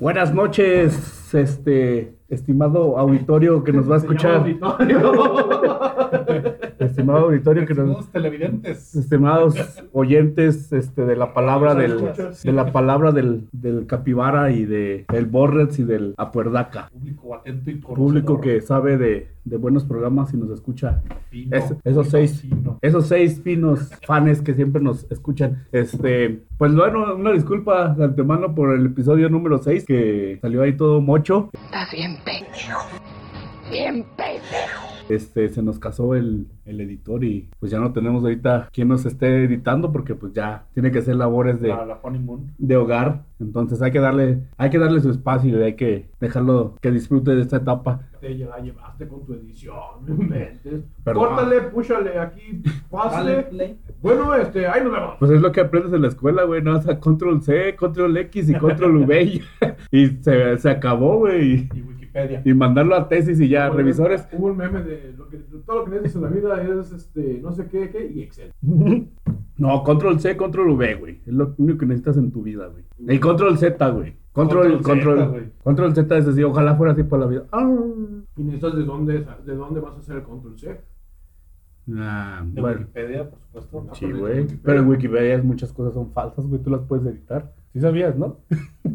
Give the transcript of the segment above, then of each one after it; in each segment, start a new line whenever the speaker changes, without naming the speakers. Buenas noches, este estimado auditorio que nos va a escuchar. Estimado auditorio que nos
Somos televidentes.
estimados oyentes este, de la palabra
Nos
del
escuchas.
de la palabra del, del capibara y de el borrets y del apuerdaca
Público atento y conocedor.
público que sabe de, de buenos programas y nos escucha
Fino,
Es- esos seis.
fino.
esos seis finos fans que siempre nos escuchan este pues bueno una disculpa de antemano por el episodio número 6 que salió ahí todo mocho
Estás bien pendejo. Bien pendejo.
este se nos casó el, el editor y pues ya no tenemos ahorita quien nos esté editando porque pues ya tiene que hacer labores de
Para la honeymoon.
de hogar, entonces hay que darle, hay que darle su espacio y hay que dejarlo que disfrute de esta etapa.
Te lleva- llevaste con tu edición, no inventes.
Perdón.
Córtale, púchale aquí,
Dale
pásale.
play.
Bueno, este, ahí nos vemos.
Pues es lo que aprendes en la escuela, güey, ¿no? O sea, control C, control X y control V y- y se, se acabó, güey.
Y Wikipedia.
Y, y mandarlo a tesis y ya, revisores.
Hubo un meme de lo que, todo lo que necesitas en la vida es este, no sé qué, qué y Excel.
No, control C, control V, güey. Es lo único que necesitas en tu vida, güey. Y control Z, güey. Control,
Control Z, güey.
control, control Z es así, ojalá fuera así para la vida. Ah,
Y necesitas de dónde, de dónde vas a hacer el control C.
Ah,
De
bueno.
Wikipedia, por supuesto. ¿no?
Sí, güey. Pero en Wikipedia es muchas cosas son falsas, güey. Tú las puedes editar. Sí sabías, ¿no?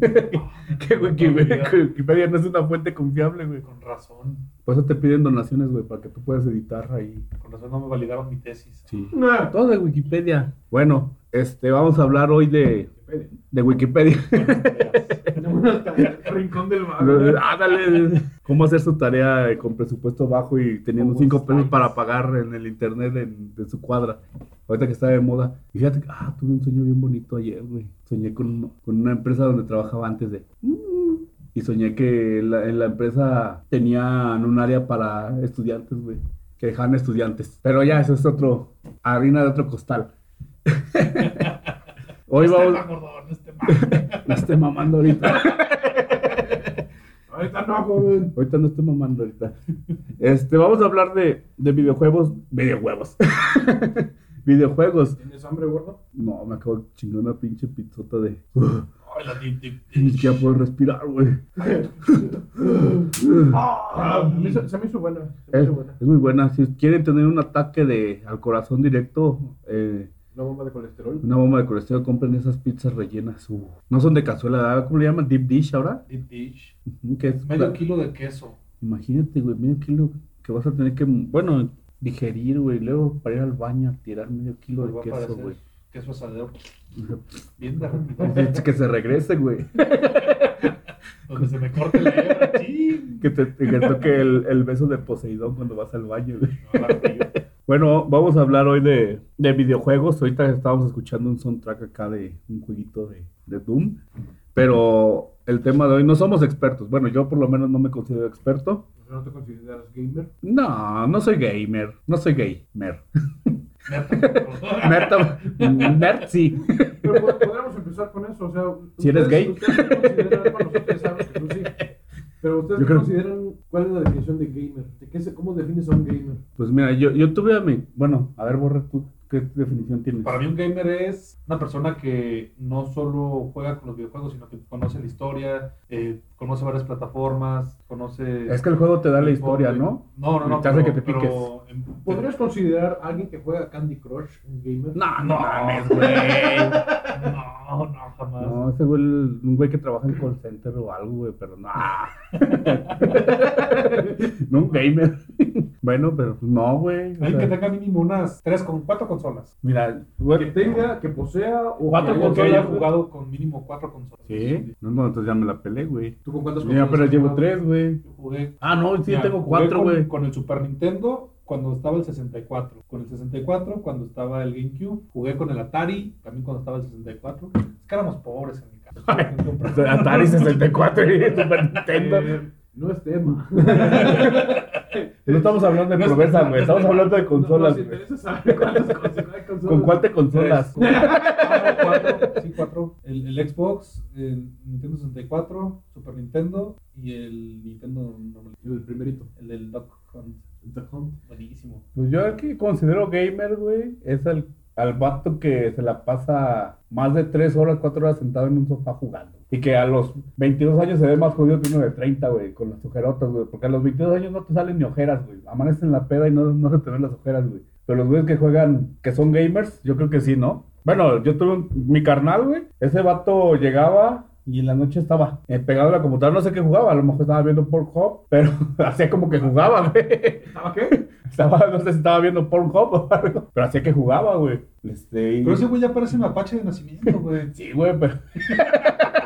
que Wikipedia, que Wikipedia no es una fuente confiable, güey.
Con razón.
Por eso te piden donaciones, güey, para que tú puedas editar ahí.
Con razón no me validaron mi tesis.
Sí.
Nah,
Todo de Wikipedia. Bueno, este, vamos a hablar hoy de,
Wikipedia.
de Wikipedia.
Tenemos hasta el rincón del barrio.
Ándale. ¿Cómo hacer su tarea eh, con presupuesto bajo y teniendo
Como
cinco pesos
Spice.
para pagar en el internet en- de su cuadra? Ahorita que está de moda. Y fíjate, que, ah, tuve un sueño bien bonito ayer, güey. Soñé con, un- con una empresa donde trabajaba antes de... mm, Y soñé que la, en la empresa tenían un área para estudiantes, güey. Que dejaban estudiantes. Pero ya, eso es otro... Harina de otro costal. Hoy
Este
vamos...
va, gordón, este va.
La estoy mamando ahorita.
Ahorita no, joven.
Ahorita no estoy mamando ahorita. Este, vamos a hablar de, de videojuegos. Videojuegos. videojuegos.
¿Tienes hambre, gordo?
No, me acabo de chingar una pinche pizzota de.
Ay, la di- di- di-
Ni siquiera puedo respirar, güey.
Ah, a mí se, se me hizo buena. Se me
Es,
hizo buena.
es muy buena. Si quieren tener un ataque de, al corazón directo, eh,
Una bomba de colesterol.
una bomba de colesterol, compren esas pizzas rellenas. uh. No son de cazuela, ¿verdad? ¿cómo le llaman? Deep dish ahora.
di- dish.
Ujú, que es-
Medio kilo de queso.
Imagínate, güey, medio kilo que vas a tener que, bueno, digerir, güey, luego para ir al baño a tirar medio kilo
Pues Va
de
a
queso,
parecer
güey.
Queso asadero. Bien derretido.
Es que se regrese, güey.
Donde se me corte la hebra. ¡Chin!
Que te, que toque el, el beso de Poseidón cuando vas al baño, güey.
No, la río.
Bueno, vamos a hablar hoy de, de videojuegos. Ahorita estábamos escuchando un soundtrack acá de un jueguito de, de Doom. Pero el tema de hoy, no somos expertos. Bueno, yo por lo menos no me considero experto.
¿No te consideras gamer?
No, no soy gamer. No soy gamer.
Neta,
Nerd, tam- nerd sí.
Pero pod- podríamos empezar con eso, o sea...
Si eres
ustedes-
gay.
ustedes se consideran- bueno, ustedes saben que tú sí. Pero ustedes
Yo
se
creo-
consideran cuál es la definición de gamer. ¿De qué se- ¿Cómo defines a un gamer?
Pues mira, yo, yo tuve a mi. Bueno, a ver, Borre, tú, ¿qué definición tienes?
Para mí un gamer es una persona que no solo juega con los videojuegos, sino que conoce la historia, eh, conoce varias plataformas, conoce...
Es que el juego te da la historia, ¿no?
No, no,
Y
no.
te hace
pero-
que te piques.
pero en-
¿Podrías considerar a alguien que juega Candy Crush un gamer?
No,
No,
no mames, güey.
No, no, jamás.
No, ese güey, el- un güey que trabaja en call center o algo, güey, pero no. no, un gamer. bueno, pero pues, no, güey. o
Alguien que
sea,
tenga mínimo unas tres con cuatro consolas.
Mira,
Que
güey.
tenga, que posea o
Cuatro
que haya
Que haya
jugado.
jugado con mínimo cuatro consolas.
Sí. No, no, entonces ya me la pelé, güey.
¿Tú con cuántas
Mira, pero
consolas
llevo
has
tres, güey.
Yo jugué
Ah, no, sí,
Mira,
tengo
jugué
cuatro,
con-
güey.
Con, el Super Nintendo cuando estaba el 64. Con el 64 cuando estaba el GameCube. Jugué con el Atari también cuando estaba el 64. Es que éramos pobres en mi casa.
Atari 64 y Super Nintendo.
Eh, no es tema.
No estamos hablando de proversa, güey. Estamos hablando de consolas,
No, no, si
güey.
interesa saber cuántas consolas hay, consolas.
¿Con cuál te
Tres,
consolas?
con- ah, cuatro, sí, cuatro. El, el Xbox, el Nintendo 64, Super Nintendo y el Nintendo normal,
El primerito.
el del Duck Hunt.
El Tacón.
Buenísimo.
Pues yo el que considero gamer, güey, es el al vato que se la pasa más de 3 horas, 4 horas sentado en un sofá jugando. Y que a los 22 años se ve más jodido que uno de 30, güey, con las ojerotas, güey. Porque a los 22 años no te salen ni ojeras, güey. Amaneces en la peda y no, no se te ven las ojeras, güey. Pero los güeyes que juegan, que son gamers, yo creo que sí, ¿no? Bueno, yo tuve un- mi carnal, güey. Ese vato llegaba y en la noche estaba eh, pegado a la computadora. No sé qué jugaba, a lo mejor estaba viendo Pornhub, pero hacía como que jugaba, güey.
¿Estaba qué?
Estaba, no sé si estaba viendo Pornhub o algo, pero hacía que jugaba, güey. Este, y-
Pero ese güey ya parece mapache de nacimiento, güey.
Sí, güey, pues. pero...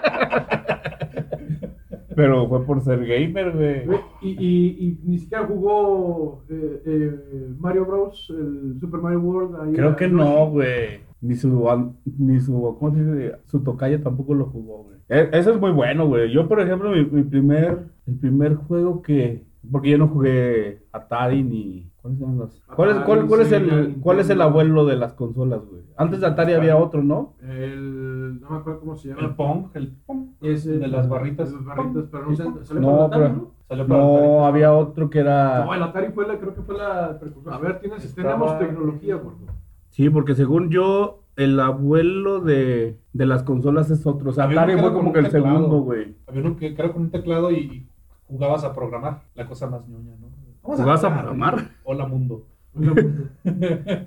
pero fue por ser gamer, güey.
Güey, Y, y, y ni siquiera jugó eh, eh, Mario Bros, el Super Mario World. ahí
Creo
era-
que no, güey. Ni su, an- ni su, ¿cómo se dice? Su tocaya tampoco lo jugó, güey. E- Eso es muy bueno, güey. Yo, por ejemplo, mi, mi primer, el primer juego que... Porque yo no jugué Atari ni... ¿Cuáles eran los- ¿Cuál es, cuál, cuál es el, cuál es el abuelo de las consolas, güey? Antes de Atari había otro, ¿no?
El, no me acuerdo cómo se llama.
El pong, el pong.
Es el-
de las barritas.
de las barritas, pero no
Pong.
sé. salió por
No,
la tarde,
pero...
¿no?
Salió para
No,
la
había otro que era...
No, el Atari fue la, creo que fue la precursora. A ver, tienes,
Estaba-
tenemos tecnología, gordo.
Sí, porque según yo, el abuelo de, de las consolas es otro. O sea,
Yo creo
Atari
que
fue
era
como
con
que
un
el
teclado.
segundo, güey.
Había uno que que era con un teclado y- y jugabas a programar. La cosa más ñoña, ¿no? Vamos
¿Jugabas a
jugar.
programar?
Hola, mundo.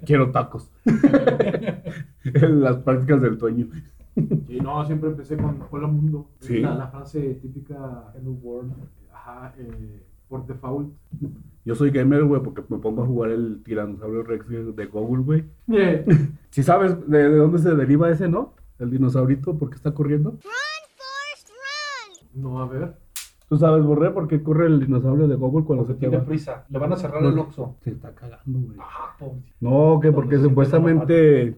Quiero tacos. las prácticas del sueño.
Sí, no, siempre empecé con Hola Mundo.
Sí.
La, la frase típica,
Hello, world.
ajá, eh, por default.
Yo soy gamer, güey, porque me pongo a jugar el tiranosaurio Rex de Google, güey.
Yeah.
Si sabes de, de dónde se deriva ese, ¿no? El dinosaurito, ¿por qué está corriendo?
No, a ver.
Tú sabes, Borré, por qué corre el dinosaurio de Google cuando se
Porque tiene
quema.
prisa. Le van a cerrar
No.
el Oxxo.
Se está cagando, güey.
Ah, pobre.
No, que porque
Cuando se empieza a
supuestamente.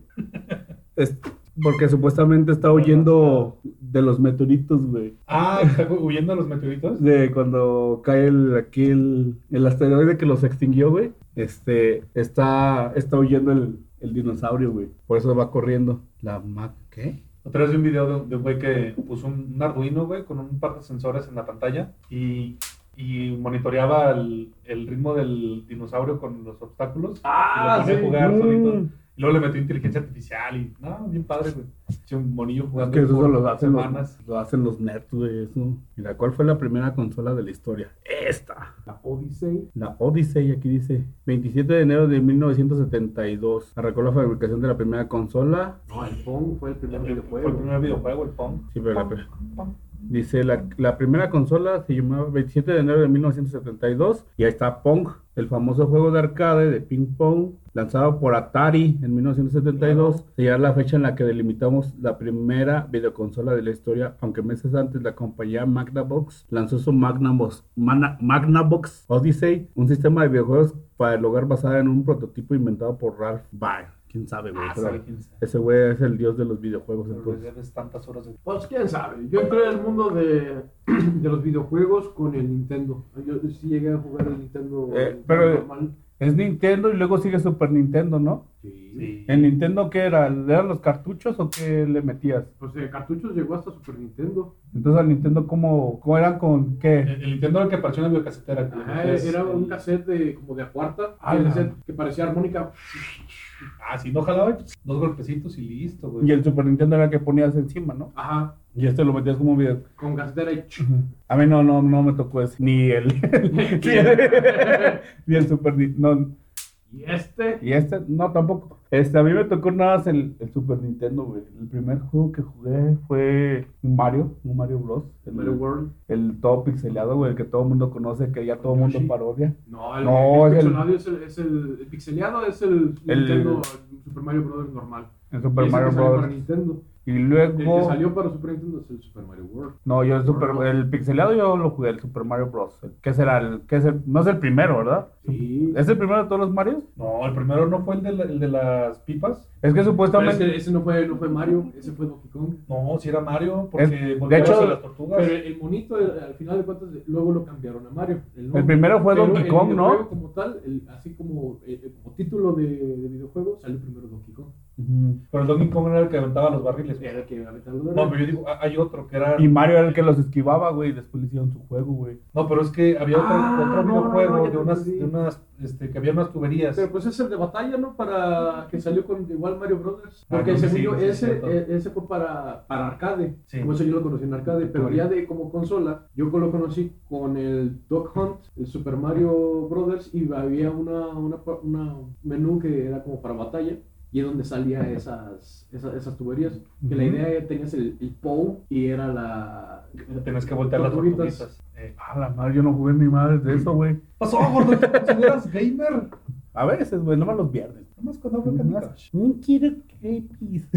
es- porque supuestamente está huyendo de los meteoritos, güey.
Ah, está huyendo a los meteoritos.
De cuando cae el, aquí el, el asteroide que los extinguió, güey. Este, está, está huyendo el, el dinosaurio, güey. Por eso va corriendo. La Mac, ¿qué?
Otra vez vi un video de un- de un güey que puso un, un Arduino, güey, con un par de sensores en la pantalla y, y monitoreaba el, el ritmo del dinosaurio con los obstáculos.
Ah,
y lo ponía
sí.
a jugar solito.
Mm.
Y luego le metió inteligencia artificial y, no, bien padre, güey. Eché un monillo
Es
jugando
que eso
por
lo hacen
semanas.
los, lo hacen los nerds, güey. Eso. Mira, ¿cuál fue la primera consola de la historia? Esta.
La Odyssey.
La Odyssey, aquí dice, 27 de enero de 1972, arrancó la fabricación de la primera consola.
No, el Pong fue el primer
Fue el
videojuego.
primer videojuego, el Pong.
Sí, pero la,
Pong,
pri-
Pong.
dice, la, la primera consola se llamaba 27 de enero de 1972 y ahí está Pong, el famoso juego de arcade de ping pong lanzado por Atari en 1972, sería la fecha en la que delimitamos la primera videoconsola de la historia, aunque meses antes la compañía Magnavox lanzó su Magnavox, Mana- Magnavox Odyssey, un sistema de videojuegos para el hogar basado en un prototipo inventado por Ralph Baer. ¿Quién sabe, güey?
Ah,
Pero
sabe quién sabe.
ese güey es el dios de los videojuegos,
Pero le
entonces.
debes tantas horas de...
Pues quién sabe. Yo entré al mundo de, de los videojuegos con el Nintendo. Yo sí llegué a jugar el Nintendo
Eh,
el
pero-
normal.
Es Nintendo y luego sigue Super Nintendo, ¿no?
Sí.
Sí.
¿En Nintendo qué era? ¿Eran los cartuchos o qué le metías?
Pues de cartuchos llegó hasta Super Nintendo.
Entonces al Nintendo cómo, cómo eran con qué?
El, el Nintendo era el que apareció en la videocasetera.
Ah,
que le
Ajá,
pues,
metías
era un
el-
cassette de, como de a cuarta.
Ah,
el
la-
cassette que parecía armónica.
Ah, si no jalaba, pues, dos golpecitos y listo, güey.
Y el Super Nintendo era el que ponías encima, ¿no?
Ajá.
Y este lo metías como video.
Con casetera y ch-
A mí no, no, no me tocó ese. Ni el. ni, el ni el Super Nintendo.
Y este.
Y este, no, tampoco. Este, a mí me tocó nada más el, el Super Nintendo, güey. El primer juego que jugué fue un Mario, un Mario Bros. El,
Mario World.
el todo pixeleado, güey, el que todo el mundo conoce, que ya todo el mundo
Yoshi.
parodia.
No, el,
No,
el
es el-
pixelado es el, es el- el pixeleado es el,
El-
Nintendo el Super Mario Bros. normal.
El
Y
Super
ese
Mario
que salió
Bros.
para Nintendo.
Y
El
luego.
que salió para Super Nintendo es el Super Mario World.
No, yo el super, el pixelado yo lo jugué, el Super Mario Bros. ¿Qué será? El, qué es el- no es el primero, ¿verdad?
Sí.
¿Es el primero de todos los Marios?
No, el primero no fue el de, la- el de las pipas.
Es que
Pero
supuestamente...
ese, ese no, fue, no fue Mario, ese fue Donkey Kong.
No, si era Mario, porque
Es-
volteabas
de hecho,
a las tortugas.
Pero el monito, el- al final de cuentas, luego lo cambiaron a Mario. nombre.
El primero fue
Pero
Donkey
el
Kong, ¿no?
eh, videojuego Como tal, el- así como, eh, como título de, de videojuego, sale primero Donkey Kong.
Pero el Donkey Kong era el que aventaba los barriles.
Era el que iba a meter los
No,
dólares.
pero yo digo, ah, hay otro que era.
Y Mario era el que los esquivaba, güey, y después le hicieron su juego, güey.
No, pero es que había otro,
Ah,
otro
no, no,
videojuego
no, ya
de unas,
entendí.
de unas, este, que había unas tuberías.
Pero pues es el de batalla, ¿no? Para que salió con igual Mario Brothers.
Ah,
Porque
no, sí,
según yo,
sí, sí,
ese,
cierto.
e- ese fue para, para arcade.
Sí.
Como eso yo lo conocí en arcade. Pero ya de como consola, yo lo conocí con el Dog Hunt, el Super Mario Brothers, y había una, una, pa- una menú que era como para batalla. Y es donde salía esas, esas, esas tuberías. Que la
Ujú.
idea era tenías el, el POW y era la...
Tenías que voltear las
Tortuguitas.
tortuguitas. Eh,
A la madre, yo no jugué ni madre de eso, güey.
¿Qué pasó, gordo? ¿Te consideras gamer?
A veces, güey, nomás los viernes.
Nomás cuando hablo canica.
No quiero crepes.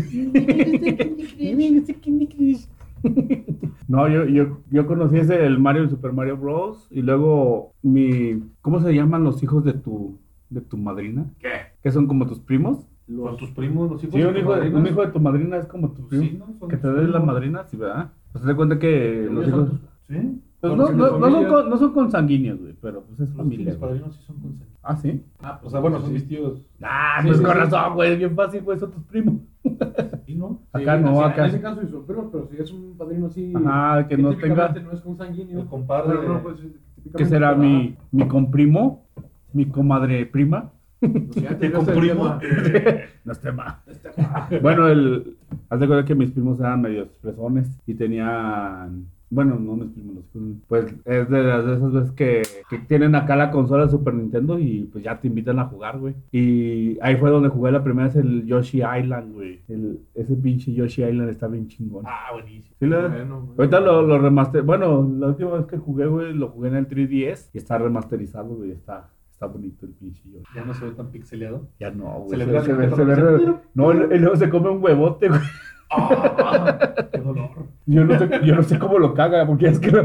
No sé Candy Crush. No, yo, yo, yo conocí ese, el Mario, el Super Mario Bros. Y luego mi. ¿Cómo se llaman los hijos de tu, de tu madrina? ¿Qué? Que son como tus primos.
Los tus primos, los hijos
Sí,
de
un
tus
hijo, de,
madrinas.
un hijo de tu madrina es como tu primo.
Sí, ¿no? Son
que te
tus
den las
primos.
madrinas, sí, ¿verdad? Pues te das cuenta que los
son
hijos.
tus-
Sí.
Pues
Son
no,
los hijos
no-
de
no son
familia.
con, no son consanguíneos, güey, pero pues es
Los
familia.
tíos
güey.
padrinos sí son consanguíneos.
Ah, sí.
Ah,
O sea, bueno, son mis tíos.
Ah,
Sí,
pues
sí,
con
sí.
razón, güey, es bien fácil, güey, son tus primos.
¿Y no?
Acá no,
en
acá.
ese caso y pero, pero si es un padrino así.
Ajá, que no tenga.
típicamente no es consanguíneo.
El compadre.
Bueno, no, pues,
que
típicamente-
será mi, mi comprimo, mi comadre prima.
O sea, ya
¿Te
tendrás el
comprimo?
Eh,
tema.
No es tema. Bueno, el, haz de cuenta que mis primos eran medios fresones y tenían. Bueno, no mis primos, los hijos, Pues es de, las- de esas veces que, que tienen acá la consola de Super Nintendo y pues ya te invitan a jugar, güey. Y ahí fue donde jugué la primera vez el Yoshi Island, güey. El- Ese pinche Yoshi Island está bien chingón.
Ah, buenísimo.
¿Sí le-
Bueno, güey.
Ahorita lo, lo remaster. Bueno, la última vez que jugué, güey, lo jugué en el 3DS y está remasterizado, güey. Está, está bonito el pinche Yoshi.
Ya no se ve tan pixeleado.
Ya no, güey.
Se le
se-
ve
se
la
ve-
cara
se
otra
ve
vez.
re- No, y y luego se come un huevote, güey.
¡Ah! ¡Qué dolor!
Yo no, sé, yo no sé cómo lo caga, porque es que no-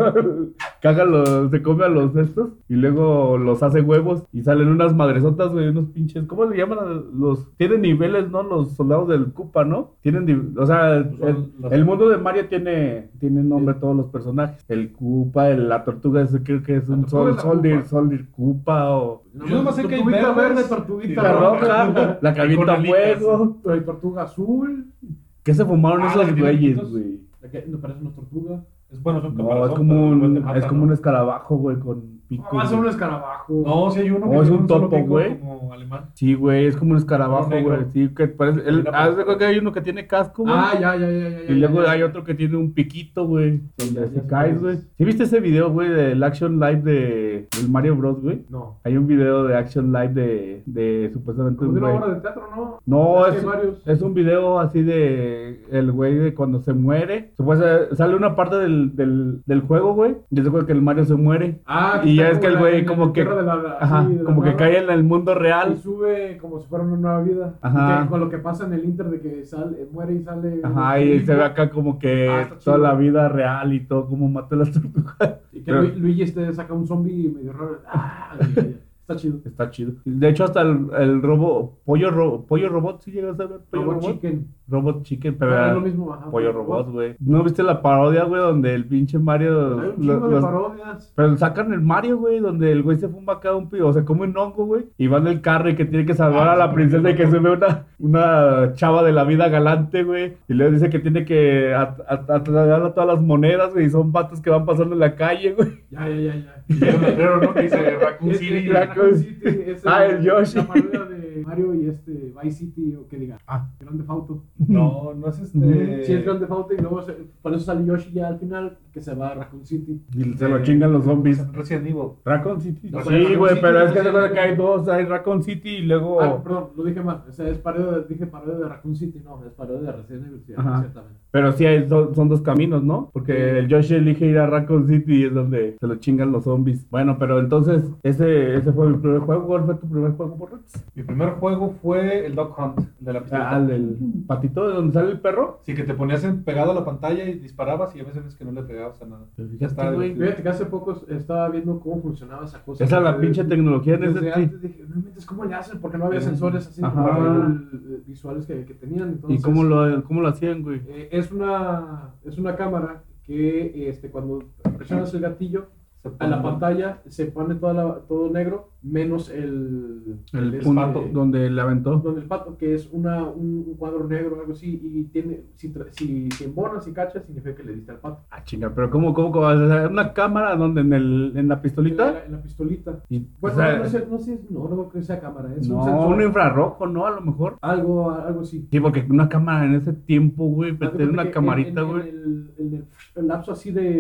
caga los, se come a los estos y luego los hace huevos y salen unas madresotas, güey, unos pinches, ¿cómo le llaman? a los Tienen niveles, ¿no? Los soldados del Koopa, ¿no? Tienen, nive- o sea,
Pues
el,
Pues Son las-
el mundo de Mario tiene, tiene nombre todos los personajes. El Koopa, el- la tortuga, es- creo que es
La
un
tortuga
sol,
es la
soldier,
Koopa.
soldier Koopa o...
No,
Yo nomás sé que hay
tortuguita
verdes,
verde, tortuguita
La
La
roja, la cabita a
colitas.
fuego.
hay tortuga azul.
¿Qué se fumaron
Ah, la que
esos
tiene
güeyes,
piquitos.
güey?
La que no parece una tortuga.
Es bueno, son
No, es como un, es como un escarabajo, güey, con pico.
Ah, son un
güey.
escarabajo.
No, si hay uno
No, es
tiene
un
solo
topo,
pico
güey.
Como alemán.
Sí, güey, es como un escarabajo,
Negro.
güey. Sí, que parece. El,
Mira,
haz de
pues.
cuenta que hay uno que tiene casco, güey.
Ah, ya, ya, ya, ya.
y luego hay otro que tiene un piquito, güey.
Sí,
Donde
ya, ya
se
sé
caes,
cuál
güey.
es.
¿Sí viste ese video, güey, del Action Live de, del Mario Bros, güey?
No.
Hay un video de Action Live de, de
Pues
supuestamente
Como
un
de una
güey.
obra de teatro, ¿no?
No,
Es que
es,
hay varios.
es un video así de el güey de cuando se muere. Supuestamente sale una parte del, del, del juego, güey. Yo recuerdo que el Mario se muere.
Ah,
Y ya
está
es que el
la-
güey
en
como que-
tierra de la-
Ajá,
así, de la
como que
nada.
cae en el mundo
Y
real.
sube como si fuera una nueva vida.
Ajá.
Y que con lo que pasa en el Inter de que sale, muere y sale.
Ajá, y se ve acá como que
Ah, está
toda
chido.
la vida real y todo, como mata a las tortugas.
Y que
Pero-
Lu- Luigi este saca un zombie medio raro. Ah, ya, ya, ya. está chido.
Está chido. De hecho, hasta el, el robo, pollo, ro- pollo robot, si llegas a ver, pollo
Robot
robot.
Chicken.
Robot chicken, pero
Ah,
era
es lo mismo. Ajá,
pollo robot, güey. ¿No viste la parodia, güey, donde el pinche Mario...
Hay un
lo-
chingo de
los-
parodias.
Pero sacan el Mario, güey, donde el güey se fuma acá un pido, o sea, come un hongo, güey, y va en el carro y que tiene que salvar a la princesa y que se ve una, una chava de la vida galante, güey, y le dice que tiene que at- at- atraer a todas las monedas, güey, y son vatos que van pasando en la calle, güey.
Ya, ya, ya, ya.
Y hay un letrero, ¿no? Que dice Raccoon
Este,
City.
Raccoon
Raccoon City, es
Ah, el Yoshi.
La parodia de Mario y este Vice City, o que diga.
Ah.
Grande Fauto.
No, no es este.
Eh.
Si es Grande Fauto y luego se- por eso sale Yoshi ya al final, que se va a Raccoon City.
Y se lo chingan los zombies.
Resident Evil.
Raccoon City.
No,
Sí,
Raccoon
güey,
City,
pero es
no
que
sé.
se acuerda que hay dos, hay Raccoon City y luego...
Ah, perdón, lo dije mal. O sea, es parodia, dije parodia de Raccoon City, no, es parodia de Resident Evil, sí,
Ajá.
ciertamente.
Pero sí, hay do- son dos caminos, ¿no? Porque el Yoshi elige ir a Raccoon City y es donde se lo chingan los zombies. Bueno, pero entonces, ese, ese fue mi primer juego. ¿Cuál fue tu primer juego, Borrex?
Mi primer juego fue el Dog Hunt, el de la
Este,
pistola.
Ah, el del patito de donde sale el perro.
Sí, que te ponías en- pegado a la pantalla y disparabas y a veces ves que no le pegabas a nada.
Pero
Ya
fíjate,
está,
güey.
divertido.
Fíjate que hace poco estaba viendo cómo funcionaba esa cosa. Eh,
Esa es la pinche tecnología en
Desde
ese
antes dije, no inventes, ¿cómo le hacen? Porque no había
Sí.
sensores así
Ajá.
como el- el- visuales que, que tenían. Entonces,
¿Y cómo lo, cómo lo hacían, güey?
eh, es, una, es una cámara que este, cuando presionas el gatillo
Se
a
pone-
la pantalla se pone toda la- todo negro menos el,
El
el
punto
espanto.
donde le aventó.
donde el pato, que es una, un, un cuadro negro algo así, y tiene, si, tra- si, si embonas y cachas, significa que le diste al pato.
Ah, chinga, pero ¿cómo, cómo, cómo? O sea, ¿Una cámara donde en, el, en la
En
pistolita?
la, en la pistolita.
Y,
Bueno,
o sea,
no, sé, no sé, no, no creo que sea cámara, es un
no,
sensor.
un infrarrojo, ¿no? A lo mejor.
Algo, algo así.
Sí, porque una cámara en ese tiempo, güey,
Haz de
meter
cuenta
una
que
camarita,
en- en-
güey.
En, el, en el- el lapso así de,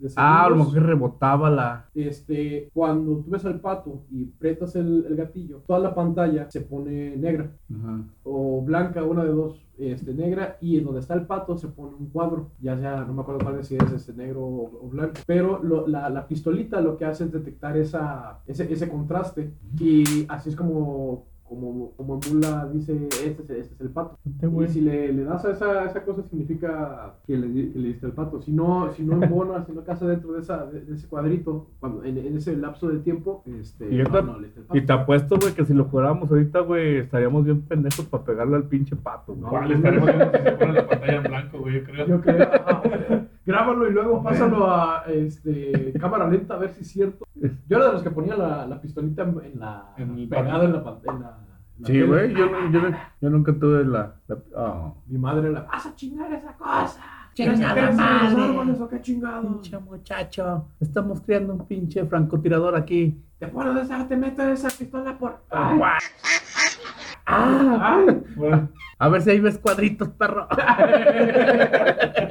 de
Ah, a lo
segundos,
mejor rebotaba la.
Este, cuando tú ves al pato y aprietas el, el gatillo, toda la pantalla se pone negra
Ajá.
o blanca, una de dos, este, negra, y en donde está el pato se pone un cuadro, ya sea, no me acuerdo cuál es, si es este negro o, o blanco, pero lo- la, la pistolita lo que hace es detectar esa, ese, ese contraste y así es como, como, como en Bula dice, este es, este es el pato. Y si le, le das a esa, esa cosa significa que le, di- que le diste al pato. Si no, si no embona, si no casa dentro de, esa, de, de ese cuadrito, cuando, en, en ese lapso de tiempo, este,
Y ahorita-
no, no, le diste al pato.
Y te apuesto, güey, que si lo jugáramos ahorita, güey, estaríamos bien pendejos para pegarle al pinche pato, güey.
¿Cuál? Estaremos viendo si se pone la pantalla en blanco, güey, yo creo.
Ah, Yo creo, ah, grábalo y luego pásalo a este, cámara lenta a ver si es cierto. Yo era de los que ponía la, la pistolita en, en la
En el
pegada en la, pan- en la- en la
Sí,
tele.
güey, yo, yo, yo nunca tuve la. la- ah.
Mi madre la vas a chingar esa cosa.
Chinga la
¿Quieres que los
madre.
árboles o qué chingado?
muchacho, estamos creando un pinche francotirador aquí.
Te pones esa, te meto esa pistola por.
Ah,
Ay. Ah, ay.
Bueno,
A ver si ahí ves cuadritos, perro.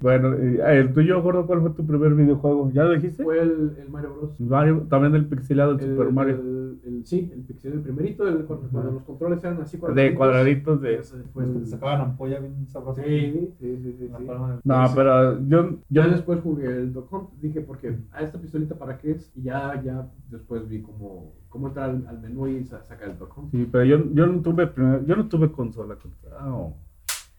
bueno, y, eh, el tuyo, gordo, ¿cuál fue tu primer videojuego? ¿Ya lo dijiste?
Fue el, el Mario Bros.
Mario, también el pixelado, Pues, el,
El-
Super Mario.
el- el- sí, el pixel, el primerito, el- cuando, cuando los controles eran así
de cuadraditos de.
Ese fue
pues
el-
te sacaban ampolla bien sabrosa.
Sí, sí, sí, sí,
En la
sí.
palma de-
No,
Sí.
pero yo, yo
Yo después jugué el Duck Hunt, dije, porque a esta pistolita para qué es, y ya, ya después vi cómo, cómo entrar al, al menú y sa- sacar el Duck Hunt.
Sí, pero yo, yo no tuve primer- yo no tuve consola. con- ah,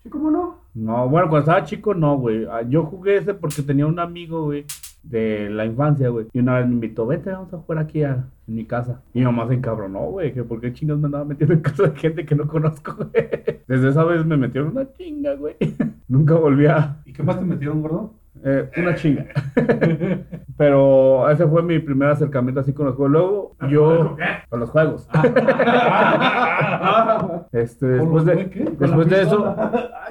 Sí, ¿cómo no?
No, bueno, cuando estaba chico no, güey. Ah, Yo jugué ese porque tenía un amigo, güey, de la infancia, güey. Y una vez me invitó, vete, vamos a jugar aquí a, en mi casa. Y mi mamá se encabronó, güey, que por qué chingas me andaba metiendo en casa de gente que no conozco, güey. Desde esa vez me metieron una chinga, güey. Nunca volví a...
¿Y qué más te metieron, gordo?
eh, una chinga. Pero ese fue mi primer acercamiento así con los juegos. Luego yo... Con los juegos.
Ah.
Este, después de...
¿Qué?
Después de eso,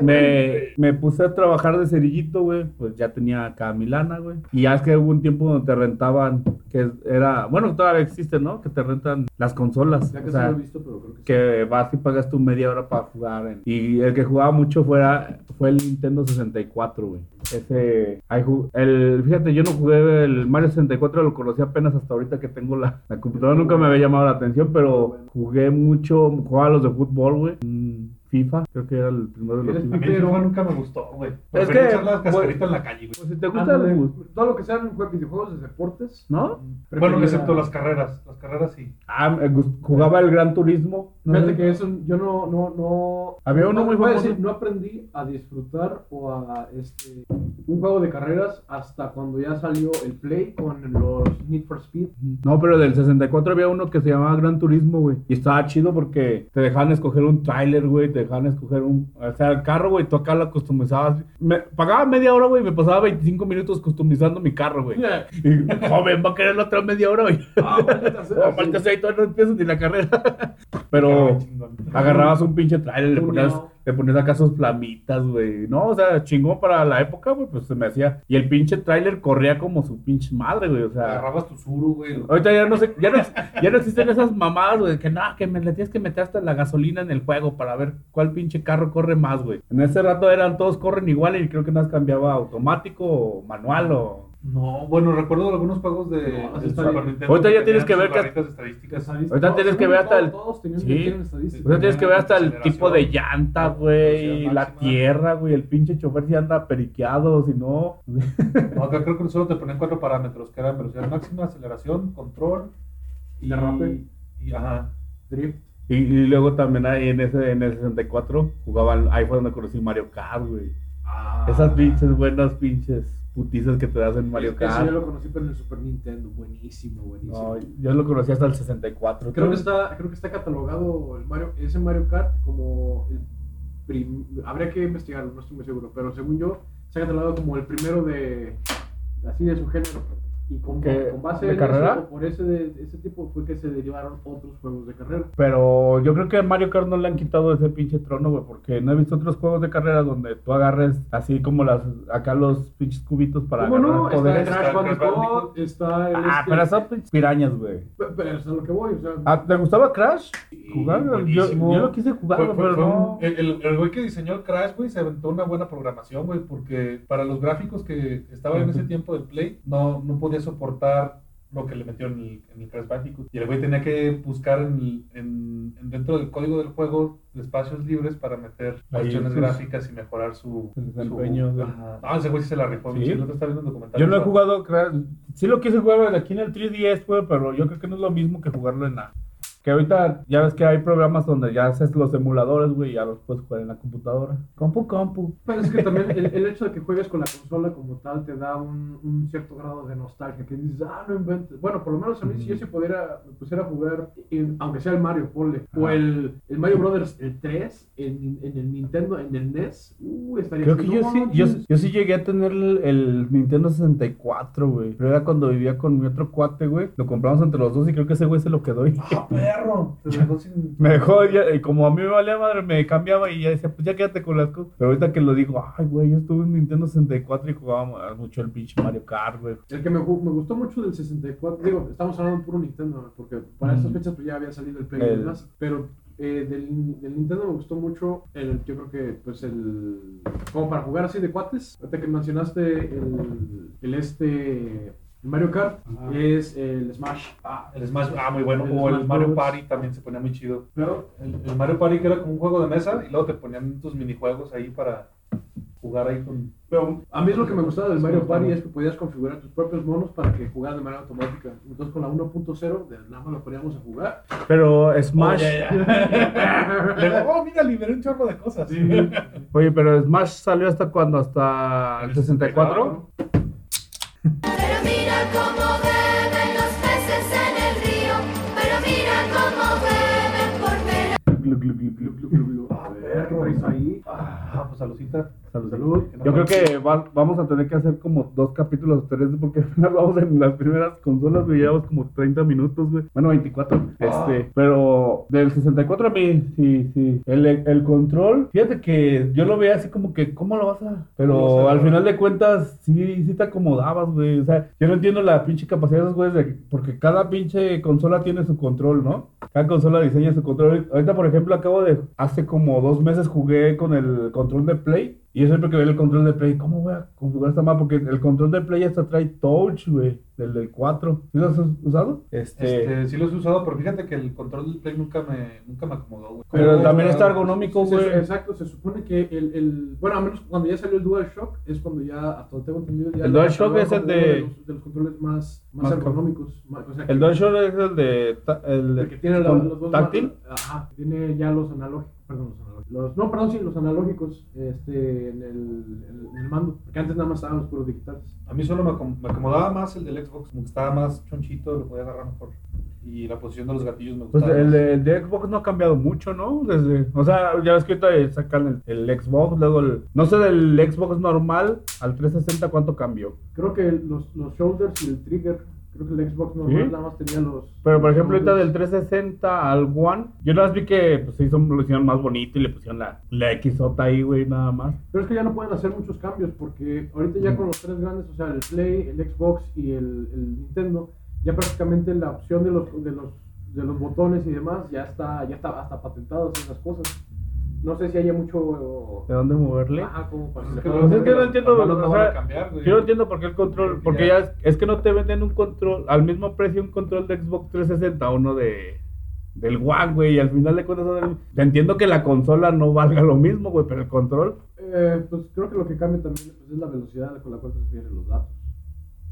me, me puse a trabajar de cerillito, güey. Pues ya tenía acá mi lana, güey. Y ya es que hubo un tiempo donde te rentaban, que era, bueno, todavía existe, ¿no? Que te rentan las consolas.
Ya
o
que se
sea,
lo he visto, pero creo que, sí.
que vas y pagas tu media hora para jugar. en- Y el que jugaba mucho fuera, fue el Nintendo 64, güey. Ese, ahí ju- el, fíjate, yo no jugué el Mario 64, lo conocí apenas hasta ahorita que tengo la, la computadora, nunca me había llamado la atención, pero jugué mucho, jugaba los de fútbol, güey. Mm, FIFA, creo que era el primero de los
Eres
FIFA.
A mí el FIFA nunca me gustó, güey. Es
que-
que. echar las cascaritas en la calle, güey.
Pues si te
Ah,
gusta
no,
el
de-
fútbol,
todo lo que sean jue- videojuegos de deportes.
¿no?
Bueno,
prefería-
excepto las carreras. Las carreras sí.
Ah, me gust- jugaba el Gran Turismo. ¿no?
Fíjate que eso yo no, no, no.
Había uno
no,
muy
voy a
famoso.
decir, no aprendí a disfrutar o a este un juego de carreras hasta cuando ya salió el play con los Need for Speed.
No, pero del 64 había uno que se llamaba Gran Turismo, güey. Y estaba chido porque te dejaban escoger un trailer, güey. Te dejaban escoger un. O sea, el carro, güey. Tú acá lo customizabas. Me pagaba media hora, güey. y Me pasaba 25 minutos customizando mi carro, güey. Y, joven, va a querer la otra media hora, güey.
Ah, maldita sea,
Aparte,
sí.
ahí todavía no empiezas ni la carrera.
Carrera
Pero.
chingón.
Agarrabas un pinche trailer, le ponías,
Tuneado.
le ponías acá sus flamitas, güey. No, o sea, chingón para la época, güey, pues se me hacía. Y el pinche trailer corría como su pinche madre, güey. O sea,
Agarrabas tu suru, güey. lo-
Ahorita ya no sé, ya no, ya no existen esas mamadas, güey, que no, que me le tienes que meter hasta la gasolina en el juego para ver cuál pinche carro corre más, güey. En ese rato eran todos corren igual y creo que nada más cambiaba automático o manual o.
No, bueno, recuerdo algunos juegos de.
No,
del
sí está
Super
bien.
Nintendo
Ahorita ya
que
tienes que
tenían
ver que-
sus barritas estadísticas.
Estadística.
Ahorita tienes que ver hasta
Todos-
el-
Todos tenían
Sí.
que tener estadística.
O sea, tienes que ver hasta el tipo de llanta, güey,
Aceleración
la
máxima.
tierra, güey, el pinche chofer si anda periqueado, si no.
No, acá creo que solo te ponían cuatro parámetros, que eran velocidad máxima, aceleración, control y
Derrape.
Y, ajá.
Drift.
Y, y luego también ahí en ese, en el 64 jugaban, ahí fue donde conocí Mario Kart, güey. Esas pinches buenas pinches putizas que te das en Mario
Es Ah, que ese
Kart.
yo lo conocí pero en el Super Nintendo. Buenísimo, buenísimo.
No, yo lo conocí hasta el 64.
Creo que está, creo que está catalogado el Mario, ese Mario Kart como el prim- habría que investigarlo, no estoy muy seguro, pero según yo, está catalogado como el primero de así de su género. Y con,
¿Qué?
con base
¿De
en
carrera?
eso, o por ese, de- ese tipo fue que se derivaron otros juegos de carrera.
Pero yo creo que a Mario Kart no le han quitado ese pinche trono, güey, porque no he visto otros juegos de carrera donde tú agarres así como las acá los pinches cubitos para
¿Cómo
agarrar
no? Está
poderes.
el Crash
Crash
Bandicoot,
Bandicoot.
está el...
Ah,
este-
pero esas pinches pirañas, güey.
Pe- Pero es a lo que voy, o sea...
Ah, ¿Te gustaba Crash? Jugar, yo, yo
buenísimo.
lo quise jugar,
Fue-
güey,
fue-
pero
fue un-
no.
el- el, el güey que diseñó el Crash, güey, se aventó una buena programación, güey, porque para los gráficos que estaban en ese tiempo del Play, no, no podía soportar lo que le metió en el, en el Crash Bandicoot. Y el güey tenía que buscar en, el- en- en- dentro del código del juego espacios libres para meter
Ahí,
opciones
pues,
gráficas y mejorar su...
el
su-
desempeño de-
Ajá. No, ese güey sí se la rifó.
¿Sí?
güey, el otro está viendo un documental.
Yo no he jugado Crash. Sí lo quise jugar aquí en el 3DS, güey, pero yo creo que no es lo mismo que jugarlo en la. Que ahorita ya ves que hay programas donde ya haces los emuladores, güey, y ya los puedes jugar en la computadora. Compu, compu.
Pero Pues es que también el, el hecho de que juegues con la consola como tal te da un, un cierto grado de nostalgia, que dices, ah, no inventes. Bueno, por lo menos a mí, si yo si pudiera, me pusiera a jugar, en- aunque sea el Mario, ponle, o
Ajá.
el, el Mario Brothers, el 3, en, en el Nintendo, en el NES, uh, estaría
Creo que
así,
yo
no
sí, yo,
manches.
yo sí llegué a tener el, el Nintendo 64, güey. Pero era cuando vivía con mi otro cuate, güey. Lo compramos entre los dos y creo que ese güey se lo quedó y
¡Ah, perro! Se dejó sin...
me dejó. ya- y como a mí me valía madre, me cambiaba y ya decía, pues ya quédate con las cosas. Pero ahorita que lo digo, ay, güey, yo estuve en Nintendo 64 y jugaba mucho el pinche Mario Kart, güey.
El que me, gu- me gustó mucho del 64, digo, estamos hablando de puro Nintendo, ¿no? porque para esas
Mm.
fechas pues, ya había salido el Play y
El-
demás, pero eh, del, del Nintendo me gustó mucho, el, yo creo que pues el, como para jugar así de cuates, ahorita que mencionaste el, el este, el Mario Kart,
Ajá.
es el Smash.
Ah, el Smash, ah, muy bueno.
El
O el
Smash
Mario
Bros.
Party también se ponía muy chido.
Claro.
El, el Mario Party que era como un juego de mesa y luego te ponían tus minijuegos ahí para jugar ahí con...
Pero a mí es lo que me gustaba del Mario Party es que podías configurar tus propios monos para que jugaran de manera automática. Entonces con la 1.0 de- nada más lo poníamos a jugar.
Pero Smash.
Luego, oh, mira, liberé un chorro de cosas.
Oye, pero Smash salió hasta cuando hasta el 64.
Pero mira cómo beben los peces en el río, pero mira cómo beben por ver
Glu, glu, glu,
Glu,
glu.
glu, glu, glu. A ver, ¿qué traes ahí?
Ah, pues saludcita.
Salud.
Salud.
Yo creo que va- vamos a tener que hacer como dos capítulos, tres, porque apenas vamos en las primeras consolas, güey, llevamos como 30 minutos, güey. Bueno, 24. Este, pero del 64 a mí, sí, sí. El, el control, fíjate que yo lo veía así como que, ¿cómo lo vas a...?
¿Cómo
Pero
se
al
va?
final de cuentas, sí, sí te acomodabas, güey. O sea, yo no entiendo la pinche capacidad de esos güeyes, de- porque cada pinche consola tiene su control, ¿no? Cada consola diseña su control. Ahorita, por ejemplo, acabo de. Hace como dos meses jugué con el control de Play. Y yo siempre que veo el control de Play, ¿cómo voy a configurar esta mapa? Porque el control de Play hasta trae Touch, güey, del del 4. ¿Sí lo has usado?
Este, sí los he usado, pero fíjate que el control del Play nunca me, nunca me acomodó, güey.
Pero
Como-
también está ergonómico,
Sí,
güey.
sí, exacto, se supone que el, el. Bueno, a menos cuando ya salió el DualShock, es cuando ya, hasta donde tengo entendido, ya.
El
lo
DualShock
catalogan
es el
como
de-
uno los, de los controles más, más,
Más
ergonómicos. más- o sea, que-
El DualShock es el de. ta- El, de-
el que tiene la-
con
los dos.
táctil.
Ajá, tiene ya los analógicos. Perdón, los analógicos. Los, no, perdón, sí, los analógicos este, en, el, en el mando. Porque antes nada más estaban los puros digitales.
A mí solo me, acom- me acomodaba más el del Xbox, como que estaba más chonchito, lo podía agarrar mejor. Y la posición de los gatillos me
Pues
gustaba.
el,
más.
de- el de Xbox no ha cambiado mucho, ¿no? Desde, o sea, ya ves que ahorita eh, sacan el, el Xbox, luego el, no sé del Xbox normal al 360 cuánto cambió.
Creo que los, los shoulders y el trigger. Creo que el Xbox normal
¿Sí?
nada más tenía los.
Pero por
los
ejemplo ahorita del
shoulders.
360 al One, yo nada más vi que pues se hizo lo hicieron más bonito y le pusieron la, la Xota ahí, güey, nada más.
Pero es que ya no pueden hacer muchos cambios porque ahorita ya con los tres grandes, o sea, el Play, el Xbox y el, el Nintendo, ya prácticamente la opción de los, de los, de los botones y demás ya está, ya está hasta patentadas esas cosas. No sé si haya mucho...
¿De dónde moverle?
Ajá, como para...
Pues
Pues es que no entiendo,
Las manos no
o
van a
sea,
cambiar, güey.
Yo no entiendo por qué el control,
Porque
porque ya
ya-
es, es que no te venden un control, al mismo precio un control de Xbox 360 a uno de del One, güey, y al final de cuentas son el- te entiendo que la consola no valga lo mismo, güey, pero el control
Eh, pues creo que lo que cambia también pues, es la velocidad con la cual transfieren los datos.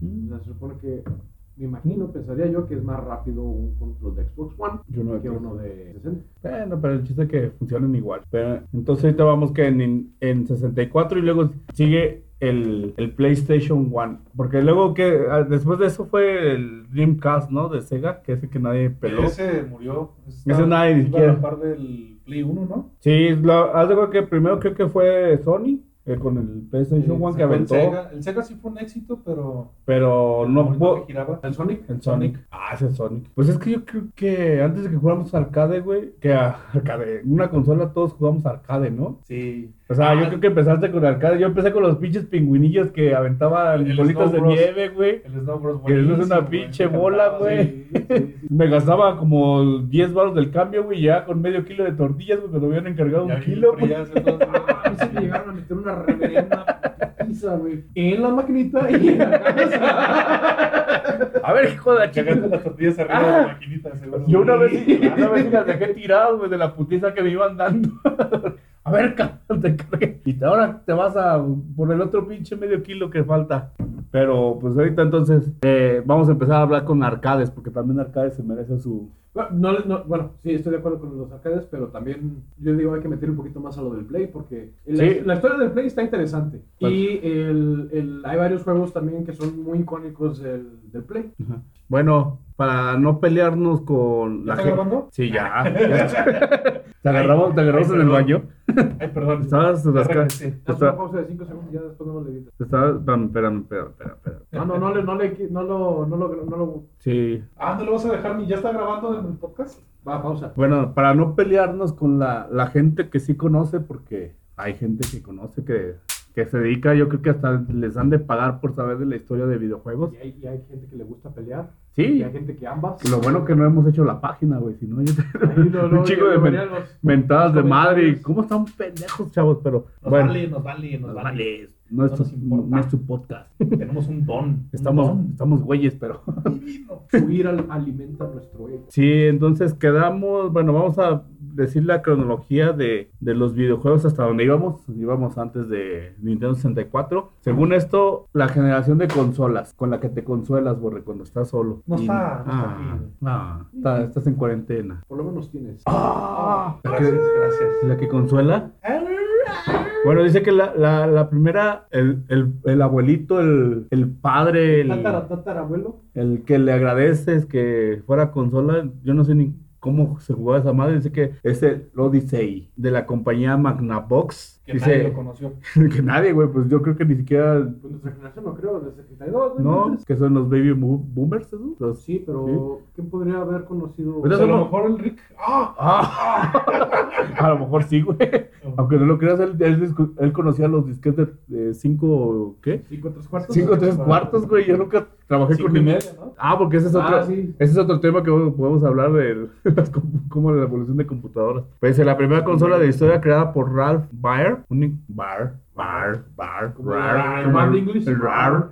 Mm,
O sea, se supone que, me imagino, pensaría yo que es más rápido un control de Xbox One
Yo no
que
creo.
uno de 60.
Bueno, pero el chiste es que funcionan igual. Pero, entonces ahorita vamos que en, en 64 y luego sigue el, el PlayStation 1. Porque luego que ah, después de eso fue el Dreamcast, ¿no? De Sega, que ese que nadie peló.
Ese murió.
Ese nadie ni
iba
siquiera.
a la par del Play 1, ¿no?
Sí, la- haz de cuenta que primero creo que fue Sony eh, con el PlayStation One que
Sacó el
aventó,
Sega. El Sega sí fue un éxito, pero.
pero
el
no
momento
puedo...
que giraba.
¿El Sonic?
El Sonic. Ah, ese Sonic. Pues es que yo creo que antes de que jugáramos arcade, güey, que a- arcade, en una consola todos jugamos arcade, ¿no?
Sí.
O sea, yo creo que empezaste con arcade. Yo empecé con los pinches pingüinillos que aventaban
El
bolitas de
Snow Bros.
nieve, güey.
El Snow Bros.
Que les hace
buenísimo,
una
güey,
pinche
me encantaba,
bola, güey.
sí.
Me gastaba como 10 baros del cambio, güey, ya con medio kilo de tortillas, güey, que lo habían encargado
Ya
un
vi
kilo, güey.
frías, entonces,
A mí se me Pues llegaron a meter una reverenda pizza, güey. En la maquinita y en la casa.
A ver, hijo de la
Que
chica.
agarran las tortillas arriba de la maquinita, seguro.
Ah. Yo una vez, una vez las dejé tiradas, güey, de la putiza que me iban dando. A ver, cabrón, te cargué. Y te- ahora te vas a por el otro pinche medio kilo que falta. Pero, pues ahorita entonces eh, vamos a empezar a hablar con arcades, porque también arcades se merece su...
Bueno, no, le- no- bueno, sí, estoy de acuerdo con los arcades, pero también yo digo hay que meter un poquito más a lo del Play, porque la,
Sí.
la historia del Play está interesante.
Pues-
Y el, el- hay varios juegos también que son muy icónicos del, del Play.
Pues Bueno, para no pelearnos con la
¿Está
gente...
grabando?
Sí, ya. ¿Te agarramos, te agarramos
Ay,
en el
perdón.
baño?
Ay, perdón.
Estabas
Ya
rasca-
regresé.
Haz
Está-
una pausa de 5 segundos y ya después no le editas.
Estabas... Espérame, espérame, espérame, espérame, espérame.
No, no, no, le- no, le- no, lo, no, lo, no lo...
Sí,
Ah, ¿no lo vas a dejar ni ya está grabando en el podcast?
Va, pausa.
Bueno, para no pelearnos con la, la gente que sí conoce, porque hay gente que conoce que, que se dedica, yo creo que hasta les han de pagar por saber de la historia de videojuegos.
Y hay, y hay gente que le gusta pelear, y
Sí,
hay gente que ambas.
lo bueno que no hemos hecho la página, güey, si no, yo te...
Ahí lo-
un
lo-
chico
lo-
de
lo
men-
verían los-
mentadas de
los
madre. y
comentarios.
¿Cómo están pendejos, chavos? Pero
Nos
bueno,
vale, nos vale, nos,
nos
vale.
vale, No, es
No
tu-
nos importa.
no es tu podcast.
Tenemos un don. un
Estamos,
don
estamos güeyes, pero...
divino.
Subir al, alimenta nuestro ego.
Sí, entonces quedamos, bueno, vamos a decir la cronología de, de los videojuegos hasta donde íbamos. Íbamos antes de Nintendo 64. Según esto, la generación de consolas con la que te consuelas, Borre, cuando estás solo.
No
Y-
está, no está
Ah,
aquí.
ah, está- estás en cuarentena.
Por lo menos
La
tienes.
que,
Ah, Gracias, gracias.
la que consuela. Bueno, dice que la, la- la primera, el, el- el abuelito, el, el padre, el,
Tatara, tatara, abuelo.
el que le agradeces que fuera consola, yo no sé ni cómo se jugaba esa madre, dice que es el Odyssey de la compañía Magnavox.
Que nadie
dice
lo conoció.
que nadie, güey, pues yo creo que ni siquiera
Pues nuestra generación no creo, del 72, güey.
no,
pues.
que son los baby boom- boomers, ¿no? Los-
Pues Sí, pero ¿quién podría haber conocido?
Pues
Pues
eso
a lo
no-
mejor el Rick. ¡Ah!
Ah, a lo mejor sí, güey.
ah,
Aunque no lo creas, él, él discu- él conocía los disquetes de 5, ¿qué?
¿Cinco, tres cuartos?
5 tres cuartos, güey. Yo nunca trabajé
Cinco
con
y
él.
media, ¿no?
Ah, porque ese es otro,
Ah, sí.
ese es otro tema que podemos hablar de las com- como la evolución de computadoras. Pues la primera consola de historia creada por Ralph Baer, un bar, bar, bar,
Como la-
rar,
la banda inglesa.
rar,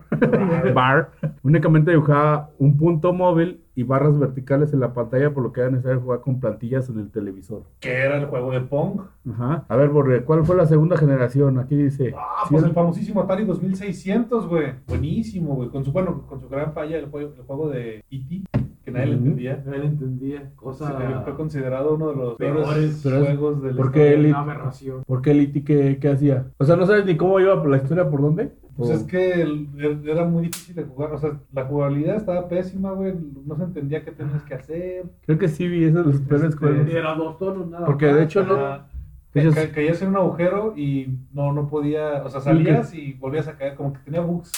bar, únicamente dibujaba un punto móvil y barras verticales en la pantalla, por lo que era necesario jugar con plantillas en el televisor.
Que era el juego de Pong.
Ajá. A ver, Borre, ¿cuál fue la segunda generación? Aquí dice.
Ah,
Sí,
pues el famosísimo Atari 2600, güey. Buenísimo, güey. Con su, bueno, con su gran falla, el juego, el juego de E.T., que nadie le
Ujú.
entendía.
No le entendía. Cosa.
Se- Fue considerado uno de los
Peores,
peores
pero es-
juegos del
¿por qué el-
Una aberración.
¿Por qué el IT qué, qué hacía? O sea, ¿no sabes ni cómo iba por la historia por dónde?
Pues
O-
es que el- el- era muy difícil de jugar, o sea, la jugabilidad estaba pésima, güey, no se entendía qué tenías que hacer.
Creo que sí vi esos de los peores
Este,
juegos.
Era dos tonos, nada.
Porque de hecho no.
Ajá. Ca-
Ellos-
ca- caías en un agujero y no, no podía, o sea, salías y volvías a caer, como que tenía bugs.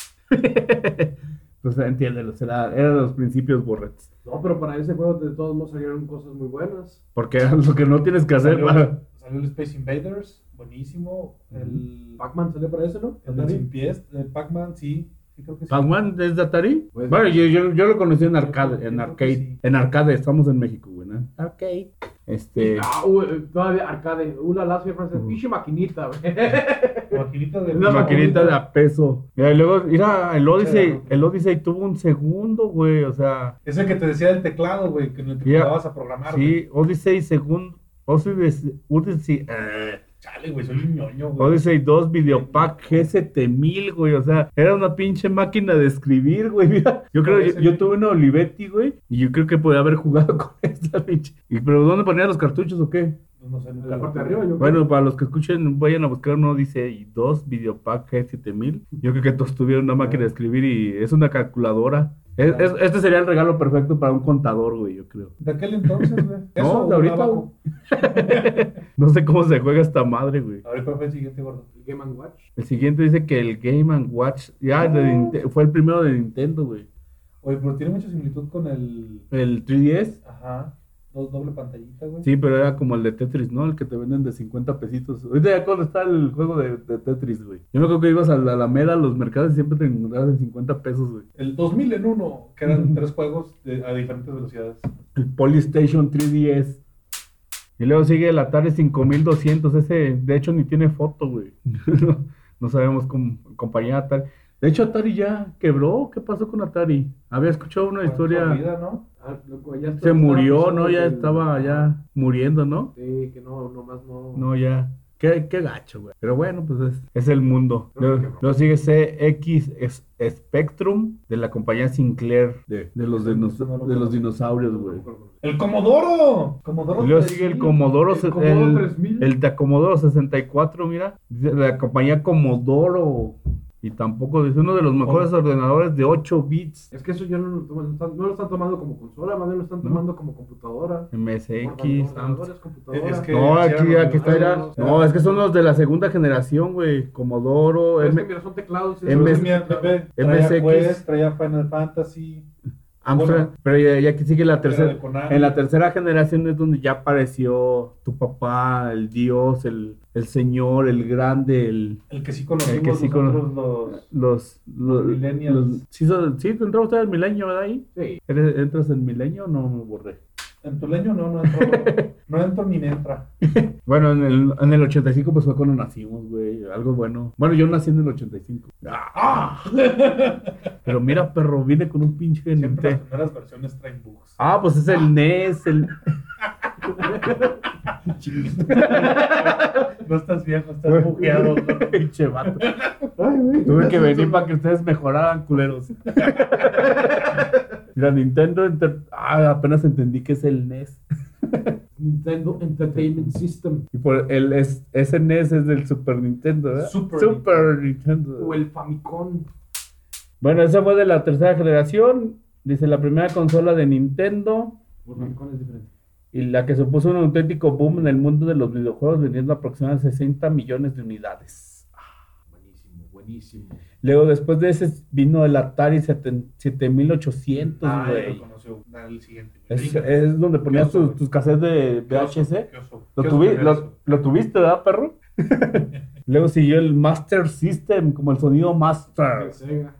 Pues entiéndelo, era, era de los principios borrets.
No, pero para ese juego de todos modos salieron cosas muy buenas.
Porque era lo que no tienes que hacer.
Salió,
para-
salió el Space Invaders, buenísimo. El,
Pac-Man salió para ese, ¿no?
el del sin pies, el Pac-Man, sí, sí, creo que sí.
¿Pac-Man es de Atari?
Pues-
bueno, yo, yo, yo lo conocí en arcade,
Yo
en
creo
arcade.
que sí.
En arcade, estamos en México, güey, ¿no? Arcade. Este.
Ah, uh, eh, todavía arcade. Una lacia francesa.
Uh.
Pinche maquinita, güey.
Maquinita de
La
Una
maquinita de a peso. Y luego, mira, el Odyssey,
Chela, ¿no?
el Odyssey tuvo un segundo, güey, o sea.
Es el que te decía del teclado, güey, que en el que
Ya.
jugabas a programar. güey.
Sí, Odyssey segundo. Odyssey, Odyssey, eh,
Chale, güey, soy un ñoño, güey.
Odyssey 2 Videopack GST1000, güey. O sea, era una pinche máquina de escribir, güey. Mira, yo creo, yo, yo tuve una Olivetti, güey. Y yo creo que podía haber jugado con esta pinche. ¿Y pero dónde ponían los cartuchos o qué?
No sé, nunca
la
lo
parte de
jugué.
arriba, yo.
Bueno, para los que escuchen, vayan a buscar un Odyssey 2 Videopack G7000. Yo creo que todos tuvieron una máquina de escribir y es una calculadora. Es- es- este sería el regalo perfecto para un contador, güey, yo creo.
De aquel entonces, güey.
No,
Eso,
de ahorita,
abajo.
güey. No sé cómo se juega esta madre, güey.
Ahorita fue el siguiente gordo.
El Game Watch.
El siguiente dice que el Game and Watch. Ya, de Ninte- fue el primero de Nintendo, güey.
Oye, pero tiene mucha similitud con el.
El 3DS.
Ajá. Dos doble pantallita, güey.
Sí, pero era como el de Tetris, ¿no? El que te venden de 50 pesitos. Ahorita ya cuando está el juego de, de Tetris, güey. Yo me acuerdo que ibas a la Alameda, a los mercados y siempre te encontrabas de 50 pesos, güey.
El 2000 en uno, que eran tres juegos de- a diferentes velocidades.
El Polystation 3DS. Y luego sigue el Atari 5200. Ese, de hecho, ni tiene foto, güey. no sabemos cómo. Compañía Atari. De hecho, Atari ya quebró. ¿Qué pasó con Atari? Había escuchado una historia.
Vida, ¿no?
Ah, loco, ya
Se
estaba-
murió,
estaba
¿no? Ya
pensando que-
estaba ya muriendo, ¿no?
Sí, que no, nomás no.
No, ya. Qué, qué gacho, güey. Pero bueno, pues es, es el mundo.
Creo
Luego,
que no.
luego sigue CX es- Spectrum de la compañía Sinclair. De, de los, dinos-
Eso no lo
de los
conozco.
dinosaurios, güey.
¡El Comodoro! Comodoro
Y Luego sigue el
3000.
Comodoro.
El
se-
Commodore
el-
3000.
el de Comodoro 64, mira. De la compañía Comodoro. Y tampoco es uno de los mejores ordenadores de 8 bits.
Es que eso ya no lo, toman, no están- no lo están tomando como consola, más bien lo están tomando como computadora.
MSX, Samsung.
Ordenadores, computadora.
Es que-
No,
hicieron
aquí,
los
aquí está.
demás.
mira. No, es que son los de la segunda generación, güey. Comodoro,
Pero es que,
M-
mira, son teclados. y
M-
son-
Pues,
MS-
mira, ve,
MSX.
Traía Quest, traía Final Fantasy.
Amstrad. Ah, pues, Pero ya, ya que sigue la tercera.
de Konami.
En la tercera generación es donde ya apareció tu papá, el Dios, el, el Señor, el Grande, el.
El que sí conocimos
El que sí
nosotros los...
Los, los,
millennials.
los- sí, son- sí, entró usted al milenio, ¿verdad? Ahí?
Sí.
¿Eres- ¿Entras en milenio o no me borré?
En tu leño no, no entro. no entro ni me entra.
Bueno, en el, en el 85 pues fue cuando nacimos, güey. Algo bueno. Bueno, yo nací en el 85.
¡Ah!
Pero mira, perro, vine con un pinche
Siempre las
Nintendo.
primeras versiones traen bugs.
Ah, pues es el NES, el...
No estás viejo, estás bugueado. ¿no?
Pinche vato. Tuve que venir para que ustedes mejoraran, culeros. La Nintendo Enter- Ah, apenas entendí que es el E NES.
Nintendo Entertainment System.
Y por el es- ese NES es del Super Nintendo, ¿verdad?
Super
Nintendo.
O el Famicom.
Bueno, esa fue de la tercera generación. Dice la primera consola de Nintendo.
Bueno, Famicom es diferente.
Y la que supuso un auténtico boom en el mundo de los videojuegos, vendiendo aproximadamente 60 millones de unidades.
Buenísimo, buenísimo.
Luego, después de ese, vino el Atari 70- 7800,
Ah, ya
güey.
lo conoció. Dale el siguiente.
Es, es donde ponías
Qué oso,
tus,
güey.
tus cassettes de
Qué oso,
VHS.
qué oso.
Lo,
Qué oso
tuvi-
tener
lo-
eso.
lo tuviste, ¿verdad, perro? Luego siguió el Master System, como el sonido Master.
El Sega.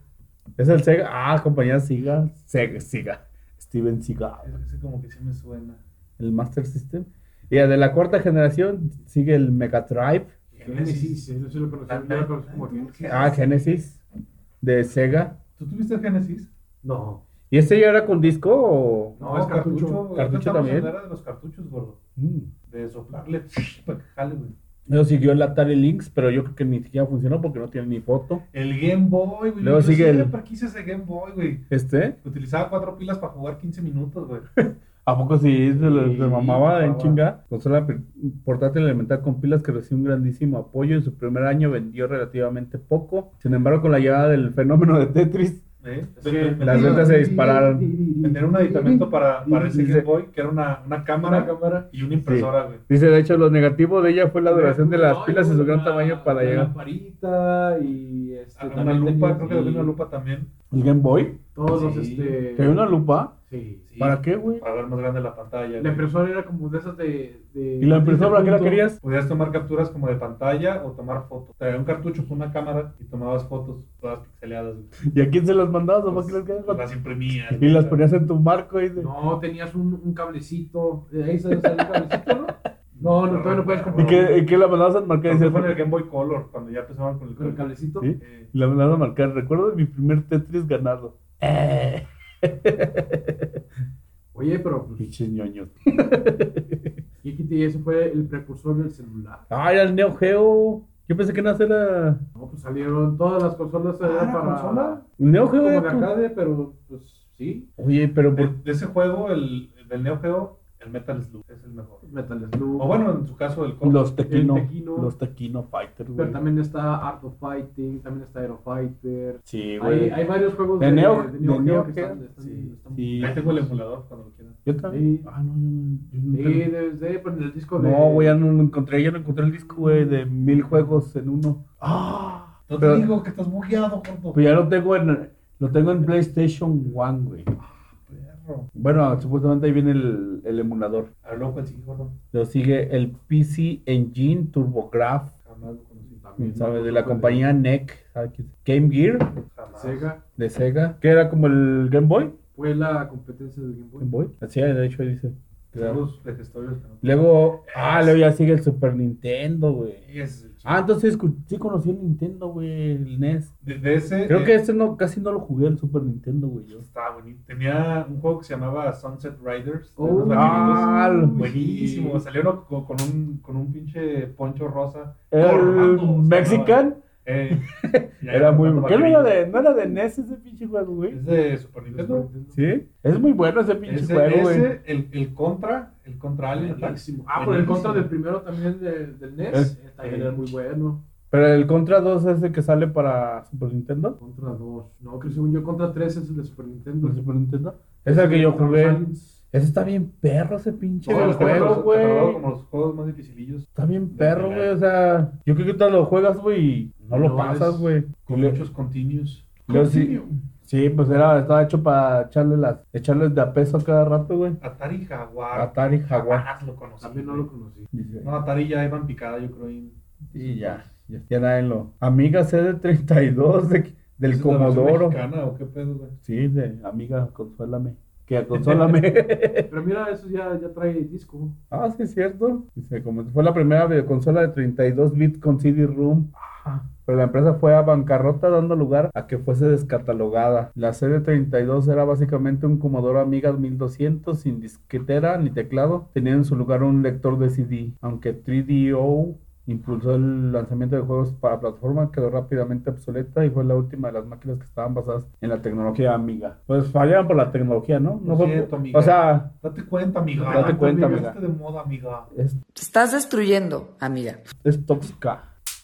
Es el Sega. Ah, compañía Sega. Sega, Sega. Steven Seagal.
Es que sí, como que sí me suena.
El Master System. Y de la cuarta generación sigue el Mega Drive.
Genesis, eso sí lo conocí.
Pues, La-
yo lo conocí como Genesis.
Ah, Genesis. De Sega.
¿Tú tuviste el Genesis?
No.
¿Y este ya era con disco o.?
No, es cartucho.
güey.
Cartucho
Ahorita estamos en
también.
la era de los cartuchos, gordo.
Mm.
De soplarle para que jale, güey.
Luego siguió el Atari Lynx, pero yo creo que ni siquiera funcionó porque no tiene ni foto.
El Game Boy, güey.
Luego
Yo
sigue el-
siempre quise ese Game Boy, güey.
Este.
Utilizaba cuatro pilas para jugar 15 minutos, güey.
¿A poco sí se lo-
Sí,
se mamaba en
mamaba.
chinga? Consola pri- portátil elemental con pilas que recibió un grandísimo apoyo. En su primer año vendió relativamente poco. Sin embargo, con la llegada del fenómeno de Tetris,
¿Eh?
Es que
Me-
las
me-
ventas se dispararon.
Tener un aditamento para, para ese
Dice-
Game Boy, que era una, una cámara
Una cámara.
y una impresora, güey.
Dice, de hecho, lo negativo de ella fue la duración de las
No,
pilas y su gran
una-
tamaño para
una
llegar.
lamparita y este,
Ah, Una
también
lupa,
tenía-
creo que había una lupa también.
¿El Game Boy?
Todos los
Sí.
este.
¿Hay una lupa?
Sí, sí.
¿Para qué, güey?
Para ver más grande la pantalla.
La
güey.
impresora era como de esas de. de-
¿Y la impresora para qué la
punto.
querías?
Podías tomar capturas como de pantalla o tomar fotos. Traía un cartucho con una cámara y tomabas fotos todas pixeleadas. güey.
¿Y a quién se las mandabas? ¿O para qué
Pues,
las querías?
las imprimías.
Y
güey.
las ponías en tu marco y de...
No, tenías un, un cablecito. eh, Ahí sale sale el cablecito, ¿no? No, no, todavía no puedes
¿Y
comprar.
qué, y qué la mandabas a marcar? Y
Ese
decías,
fue en el Game Boy Color, cuando ya empezaban con el,
Con el cablecito.
¿Sí?
Eh,
La van a marcar. Recuerdo mi primer Tetris ganado. Eh.
Oye, pero. pues,
Pinches ñoños.
Y aquí ese fue el precursor del celular.
Ah, era el Neo Geo. Yo pensé que nada era.
No, pues salieron todas las consolas
Ah,
era
¿era
para.
consola?
El Neo
Como
Geo
de
era. como-
arcade, pero pues sí.
Oye, pero
de,
por.
de ese juego, el, del Neo Geo, El Metal Slug es el mejor.
Metal Slug.
O bueno, en su caso, el COD.
Los Tequino,
El Tequino.
los Tequino Fighters,
Pero
güey.
también está Art of Fighting, también está Aero Fighter.
Sí,
Hay,
güey.
hay varios juegos
De
de,
Neo-
de Neo
de
Geo
Neo
que
Geo.
están, están-
Sí,
están-
sí.
Ahí tengo el emulador cuando lo quieran.
Yo también.
Sí.
Ah, no, yo no.
Sí,
yo nunca-
desde pues, en el disco de.
No, güey, ya no lo encontré. Ya no encontré el disco, güey, de mil juegos en uno. ¡Ah!
No
Pero-
te digo que estás bugueado, gordo.
Pues ya lo tengo en, lo tengo en PlayStation 1, güey.
Perro.
Bueno, supuestamente ahí viene el, el emulador.
Habló con el chiqui gordo.
Lo sigue el PC Engine TurboGraf,
Jamás lo conocí.
También,
¿sabes?
¿no?
De la compañía NEC, ¿sabes qué es? Game Gear,
Jamás.
Sega
de Sega, que era como el Game Boy.
fue la competencia del Game Boy.
Game Boy. Así, de hecho, ahí dice.
Juegos de gestorios que no-
Luego, ah, luego ya sigue el Super Nintendo, güey.
Ese es el chiqui.
Ah, entonces escu- sí conocí el Nintendo, güey, el NES.
De, de ese.
Creo
eh,
que este no, casi no lo jugué el Super Nintendo, güey. Yo.
Estaba bonito. Tenía un juego que se llamaba Sunset Riders. de
Oh,
unos vaqueritos.
ah, lo-
Buenísimo. Salió uno co- con, un, con un pinche poncho rosa.
El
Orlando, o sea,
Mexican
Eh, y ahí
era muy
formando
bueno. ¿Qué no era de,
vaqueritos.
no era de NES ese pinche juego, güey?
Es de Super Nintendo.
Sí. Es muy bueno ese pinche
Ese,
juego, güey.
ese, el, el contra, el contra Alien Attack.
Buenísimo. Ah, por el
Buenísimo.
contra del primero también de- del NES. eh, también era muy bueno.
Pero el Contra 2 es el que sale para Super Nintendo.
Contra 2. No, que según yo, Contra 3 es el de Super Nintendo.
para Super Nintendo. Pues, Es el que yo
Contra los
jugué.
aliens.
Ese está bien perro, ese pinche
Todos los juegos
juego,
catalogados
güey.
Como los juegos más dificilillos.
Está bien perro, güey. O sea, yo creo que tú lo juegas, güey, y no lo
No,
pasas,
es-
güey.
Con muchos continues.
Yo sí,
Continue.
sí, pues era, estaba hecho para echarle las, echarles de a peso a cada rato, güey.
Atari Jaguar.
Atari Jaguar.
Jamás lo conocí.
También no lo conocí.
Dice.
No, Atari ya iban picada, yo creo. y-
Y ya, ya, ya nadie lo. Amiga CD32 de- del
¿Es una versión
Comodoro.
mexicana o qué pedo, güey?
Sí, de amiga, consólame. Que consólame.
Pero mira, eso ya, ya trae disco.
ah, sí, es cierto. Dice, como fue la primera videoconsola de 32 bits con CD-ROOM. Ah, Pero la empresa fue a bancarrota dando lugar a que fuese descatalogada. La CD32 era básicamente un Comodoro Amiga 1200 sin disquetera ni teclado. Tenía en su lugar un lector de CD, aunque 3DO impulsó el lanzamiento de juegos para plataforma, quedó rápidamente obsoleta y fue la última de las máquinas que estaban basadas en la tecnología Amiga. Pues fallaban por la tecnología, ¿no?
Lo
no fue-
siento, amiga.
O sea,
Date cuenta, amiga.
Date cuenta,
Te
amiga.
pasaste de moda, amiga.
es,
Te estás destruyendo, amiga.
es tóxica.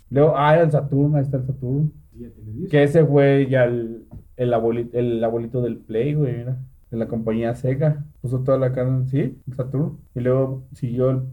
Luego, ah, el Saturn, ahí está el Saturn.
Ya tiene disco.
Que ese fue ya el, el, abuelito, el abuelito del Play, güey, mira, De la compañía Sega. Puso toda la carne, sí, el Saturn. Y luego siguió el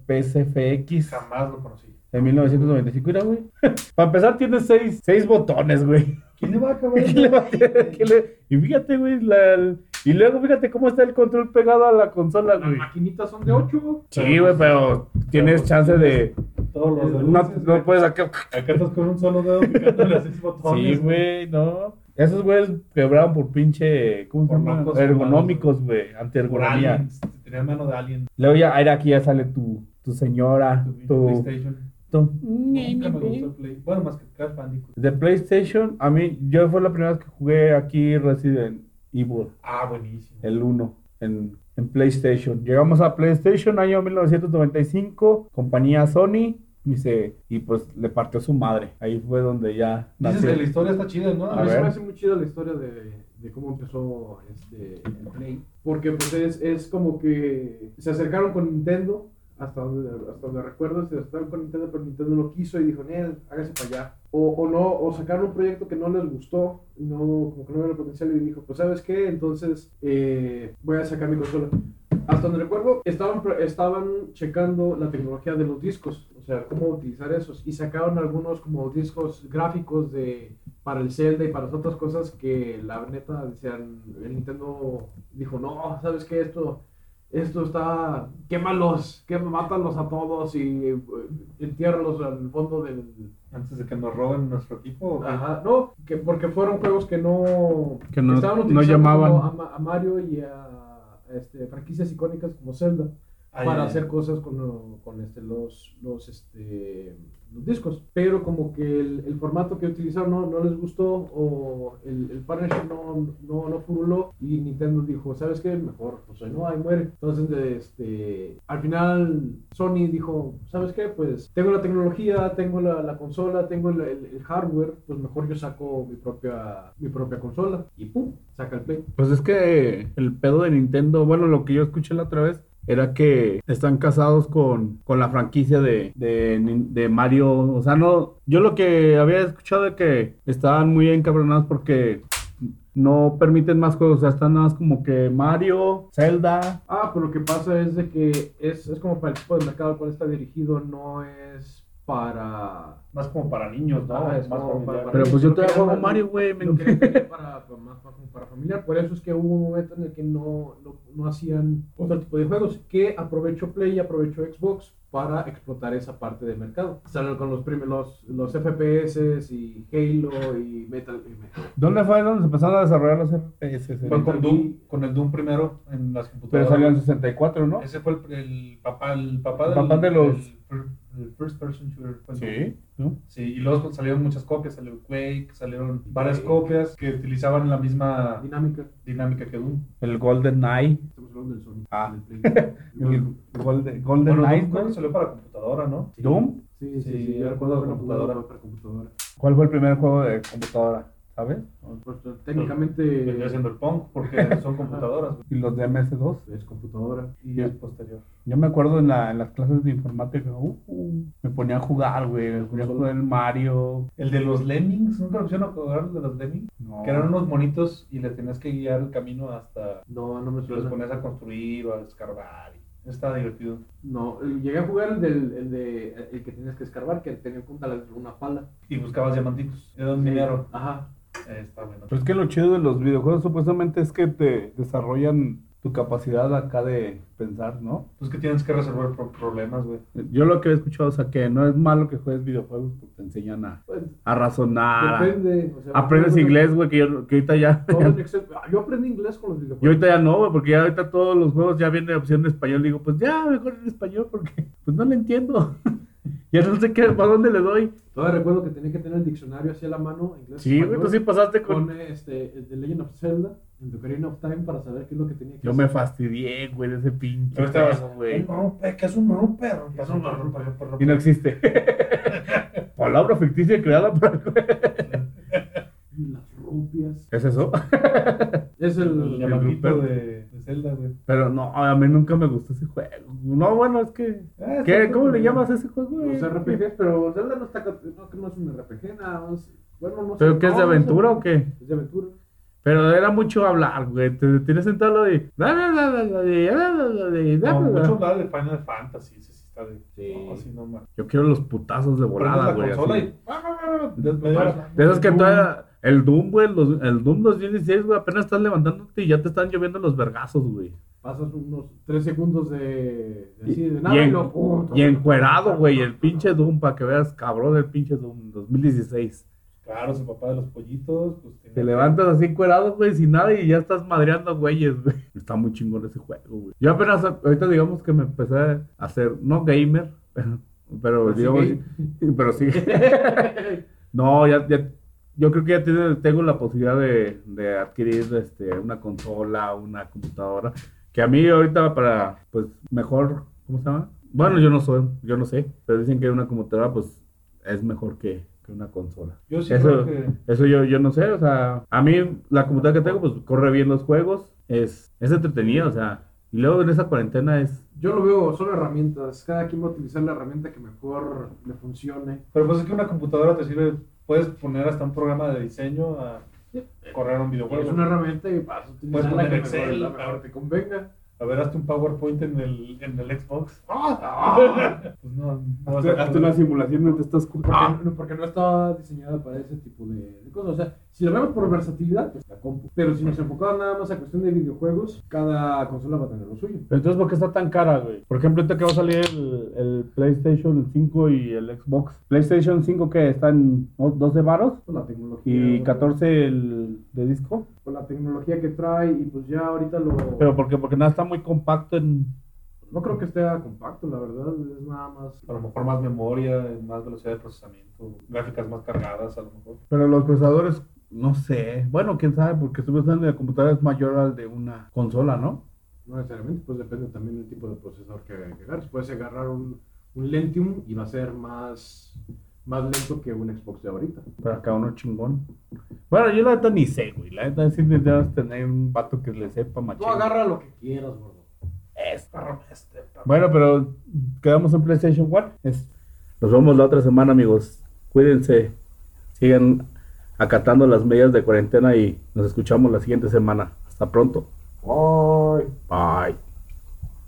PSFX
Jamás lo conocí.
en 1995. Mira, güey. Para empezar, tiene seis, seis botones, güey.
¿Quién le va a acabar?
¿Qué le va a hacer? ¿Qué le- Y fíjate, güey. la- el- Y luego, fíjate cómo está el control pegado a la consola,
Las
güey.
maquinitas son de 8.
Sí, güey, pero tienes chance de.
pues, Todos los
No,
dulces,
no
güey.
puedes sacar.
Acá estás con un solo dedo picándole a seis botones.
Sí, güey, no. Esos güeyes quebraron por pinche. ¿Cómo se
Por
llama?
locos,
Ergonómicos, güey.
Por
Antiergonomía.
aliens. Tenías mano de alien.
Luego ya, ahora aquí ya sale tu, tu señora,
Tu
tu.
PlayStation.
tu-
Nunca me gustó el Play. Bueno, más que Crash Bandicoot.
De PlayStation, a mí, yo fue la primera vez que jugué aquí Resident Evil,
Ah, buenísimo.
el 1, en, en PlayStation. Llegamos a PlayStation, año 1995, compañía Sony, y, se, y pues le partió su madre. Ahí fue donde ya
Dices
nació.
que la historia está chida, ¿no?
A
A mí se
ver.
me hace muy chida la historia de, de cómo empezó este, el Play. Porque pues es, es como que se acercaron con Nintendo, hasta donde, hasta donde recuerdo, se acercaron con Nintendo, pero Nintendo no quiso y dijo, Nel, hágase para allá. O, o no, o sacaron un proyecto que no les gustó, y no, como que no vieron el potencial y dijo, pues sabes qué, entonces eh, voy a sacar mi consola. Hasta donde recuerdo, estaban, pro- estaban checando la tecnología de los discos, o sea, cómo utilizar esos, y sacaron algunos como discos gráficos de, para el Zelda y para las otras cosas que la neta decían, el Nintendo dijo, no, ¿sabes qué? Esto, esto está, quémalos, que mátalos a todos y eh, entiérralos al fondo del...
Antes de que nos roben nuestro equipo.
Ajá, no, que porque fueron juegos que no,
Que no-
estaban
no
utilizando
llamaban.
como A, Ma- a Mario y a este, franquicias icónicas como Zelda
Ay,
para
ay,
hacer
ay.
cosas con, lo- con este, los, los, este, los discos. Pero como que el, el formato que utilizaron no, no les gustó o el, el partnership no, no, no furuló y Nintendo dijo, ¿sabes qué? Mejor, pues ahí no, ahí muere. Entonces, de- este, al final Sony dijo, ¿sabes qué? Pues tengo la tecnología, tengo la, la consola, tengo el, el- el hardware, pues mejor yo saco mi propia, mi propia consola y ¡pum! Saca el Play.
Pues es que el pedo de Nintendo, bueno, lo que yo escuché la otra vez, era que están casados con, con la franquicia de, de, Nin- de Mario. O sea, no, yo lo que había escuchado de que estaban muy encabronados porque no permiten más juegos. O sea, están nada más como que Mario, Zelda.
Ah, pero lo que pasa es de que es, es como para el tipo de mercado al cual está dirigido, no es para...
Más como para niños, ¿no?
Ah, es
Ah, más
como para-
familiar.
Pero pues yo
Lo que
todavía juego
llaman-
Mario, güey. me-
Lo que quería para, para más para, para familiar, por eso es que hubo un momento en el que no, no, no hacían otro tipo de juegos, que aprovechó Play y aprovechó Xbox para explotar esa parte del mercado. Salieron con los primeros, los FPS y Halo y Metal, y Metal
¿Dónde fue donde se empezaron a desarrollar los FPS?
Fue con Doom, con el Doom primero en las
Pero
computadoras.
salió en 64, ¿no?
Ese fue el, el papá, el papá
El
del,
papá de los-
del fir- del first person shooter. fue el Doom.
Sí. ¿no?
Sí, y luego salieron muchas copias, salió Quake, salieron varias
Quake.
copias que utilizaban la misma
Dinámica.
dinámica que Doom.
El Golden Knight.
Estamos hablando del Sony.
Ah.
del Play.
El Golden, Golden
Bueno,
Knight,
Doom creo
¿no?
que salió para computadora, ¿no?
¿Doom?
Sí, sí, sí,
Sí,
yo
era
recuerdo haberlo jugado
computadora.
para computadora.
¿Cuál fue el primer juego de computadora? ¿Sabes?
Pues,
Vendría
técnicamente
siendo el Pong, porque son computadoras güey,
Y los de MS2.
es computadora.
y es posterior.
Yo me acuerdo en, la- en las clases de informática, uh, uh, me ponía a jugar, güey. Me ponía a jugar el Mario.
El de los Lemmings, ¿nunca lo pusieron a jugar el de los Lemmings?
No.
Que eran unos monitos y les tenías que guiar el camino hasta... pues,
No, no me
Los
suena.
ponías a construir o a escarbar. y- Está divertido.
No, eh, llegué a jugar el, del, el, de, el que tenías que escarbar, que tenía en cuenta la- una pala.
Y buscabas diamantitos. ¿De dónde dinero?
Ajá.
Eh, está bueno.
Pero es que lo chido de los videojuegos supuestamente es que te desarrollan tu capacidad acá de pensar, ¿no?
Pues que tienes que resolver pro- problemas, güey.
Yo lo que he escuchado, o sea, que no es malo que juegues videojuegos porque te enseñan a,
Pues,
a razonar. a-
depende. o sea,
Ah. aprendes
todo-
inglés, güey, que, yo- que ahorita ya...
todo el Excel- ah, Yo aprendí inglés con los
Yo
videojuegos.
ahorita ya no, güey, porque ya ahorita todos los juegos ya viene opción de español. Digo, pues ya, mejor en español, porque pues no le entiendo. ya no sé qué, para dónde le doy.
Todavía recuerdo que tenía que tener el diccionario así a la mano, inglés.
Sí, güey,
español,
tú sí pasaste con...
Con este, el de Legend of Zelda, el de Ocarina of Time, para saber qué es lo que tenía que
Yo
hacer.
me fastidié, güey, de ese pinche
Pero estabas,
juego, güey.
romper, que es un romper. ¿Qué es un romper? romper,
Y
romper.
no existe. Palabra ficticia creada para el juego.
Las rupias.
¿Es eso?
Es
El
el.
llamantito
romper.
de, de Zelda, güey.
Pero no, a mí nunca me gustó ese juego. No, bueno, es que...
Ah,
¿Qué?
está
¿Cómo le
bien.
llamas a ese juego, güey?
Los RPGs, pero Zelda no está. cat- No, que no es un RPG, nada más. Bueno, no sé.
¿Pero qué es de
no, no sé.
aventura o qué?
Es de aventura.
Pero era mucho hablar, güey. Te tienes sentado y...
No, mucho hablar de Final Fantasy, ese sí está de...
Sí.
No, sí, no, man.
Yo quiero los putazos de volada,
Prendes
güey.
la consola
así.
y... ¡Ah, ah, ah! De- media hora.
De esos que todavía. El Doom, güey, los- el Doom 2016, güey, apenas estás levantándote y ya te están lloviendo los vergazos, güey.
Pasas unos 3 segundos de, de,
Y,
así, de
y
nada y,
en-
lo ¡pum!
y encuerado, güey, el pinche Doom, para que veas, cabrón, el pinche Doom 2016.
Claro, su papá de los pollitos, pues... tenía-
Te levantas así encuerado, güey, sin nada y ya estás madreando, güeyes, güey. Está muy chingón ese juego, güey. Yo apenas, ahorita digamos que me empecé a hacer, no gamer, pero, pero
Así
digamos,
gay.
pero sí. No, ya, ya- yo creo que ya tiene- tengo la posibilidad de, de adquirir este, una consola, una computadora, que a mí ahorita para, pues, mejor, ¿cómo se llama? Bueno, yo no soy, yo no sé, pero dicen que una computadora, pues, es mejor que, que una consola.
Yo sí
Eso-
creo que...
Eso yo, yo no sé, o sea, a mí la computadora que tengo, pues, corre bien los juegos, es, es entretenido, o sea, y luego en esa cuarentena es...
Yo lo veo, son herramientas. Cada quien va a utilizar la herramienta que mejor le funcione.
Pero pues es que una computadora te sirve... Puedes poner hasta un programa de diseño a correr un videojuego.
es una herramienta y vas a utilizar la
poner
que
Excel,
mejor, la
la-
mejor te convenga.
A ver, hazte un PowerPoint en el, en el Xbox. Pues no, no vas a poder.
simulación mientras estás
Porque, Ah, no, porque no está diseñada para ese tipo de, de cosas. O sea, si lo vemos por versatilidad, pues la compu. Pero si nos enfocamos nada más a cuestión de videojuegos, cada consola va a tener lo suyo.
Pero Entonces, ¿por qué está tan cara, güey? Por ejemplo, ahorita que va a salir el, el PlayStation 5 y el Xbox. PlayStation 5 que está en o- 12 varos
Con la tecnología.
y
ahora,
14 el de disco.
Con la tecnología que trae y pues ya ahorita lo...
Pero porque porque nada está muy compacto en
No creo que esté compacto, la verdad, es nada más.
A lo mejor más memoria, más velocidad de procesamiento, gráficas más cargadas a lo mejor.
pero los procesadores no sé. Bueno, quién sabe, porque su procesador de computadora es mayor al de una consola, ¿no?
No necesariamente, pues depende también del tipo de procesador que, que agarres. Puedes agarrar un, un Lentium y va a ser más, más lento que un Xbox de ahorita.
Pero acá uno chingón. Bueno, yo la neta ni sé, güey. La neta sí necesitas tener un vato que le sepa machín.
Tú agarra lo que quieras, gordo.
es, perro, este, perro.
Bueno, pero quedamos en PlayStation 1. Nos vemos la otra semana, amigos. Cuídense. Sigan acatando las medidas de cuarentena y nos escuchamos la siguiente semana. Hasta pronto.
Ay.
Bye.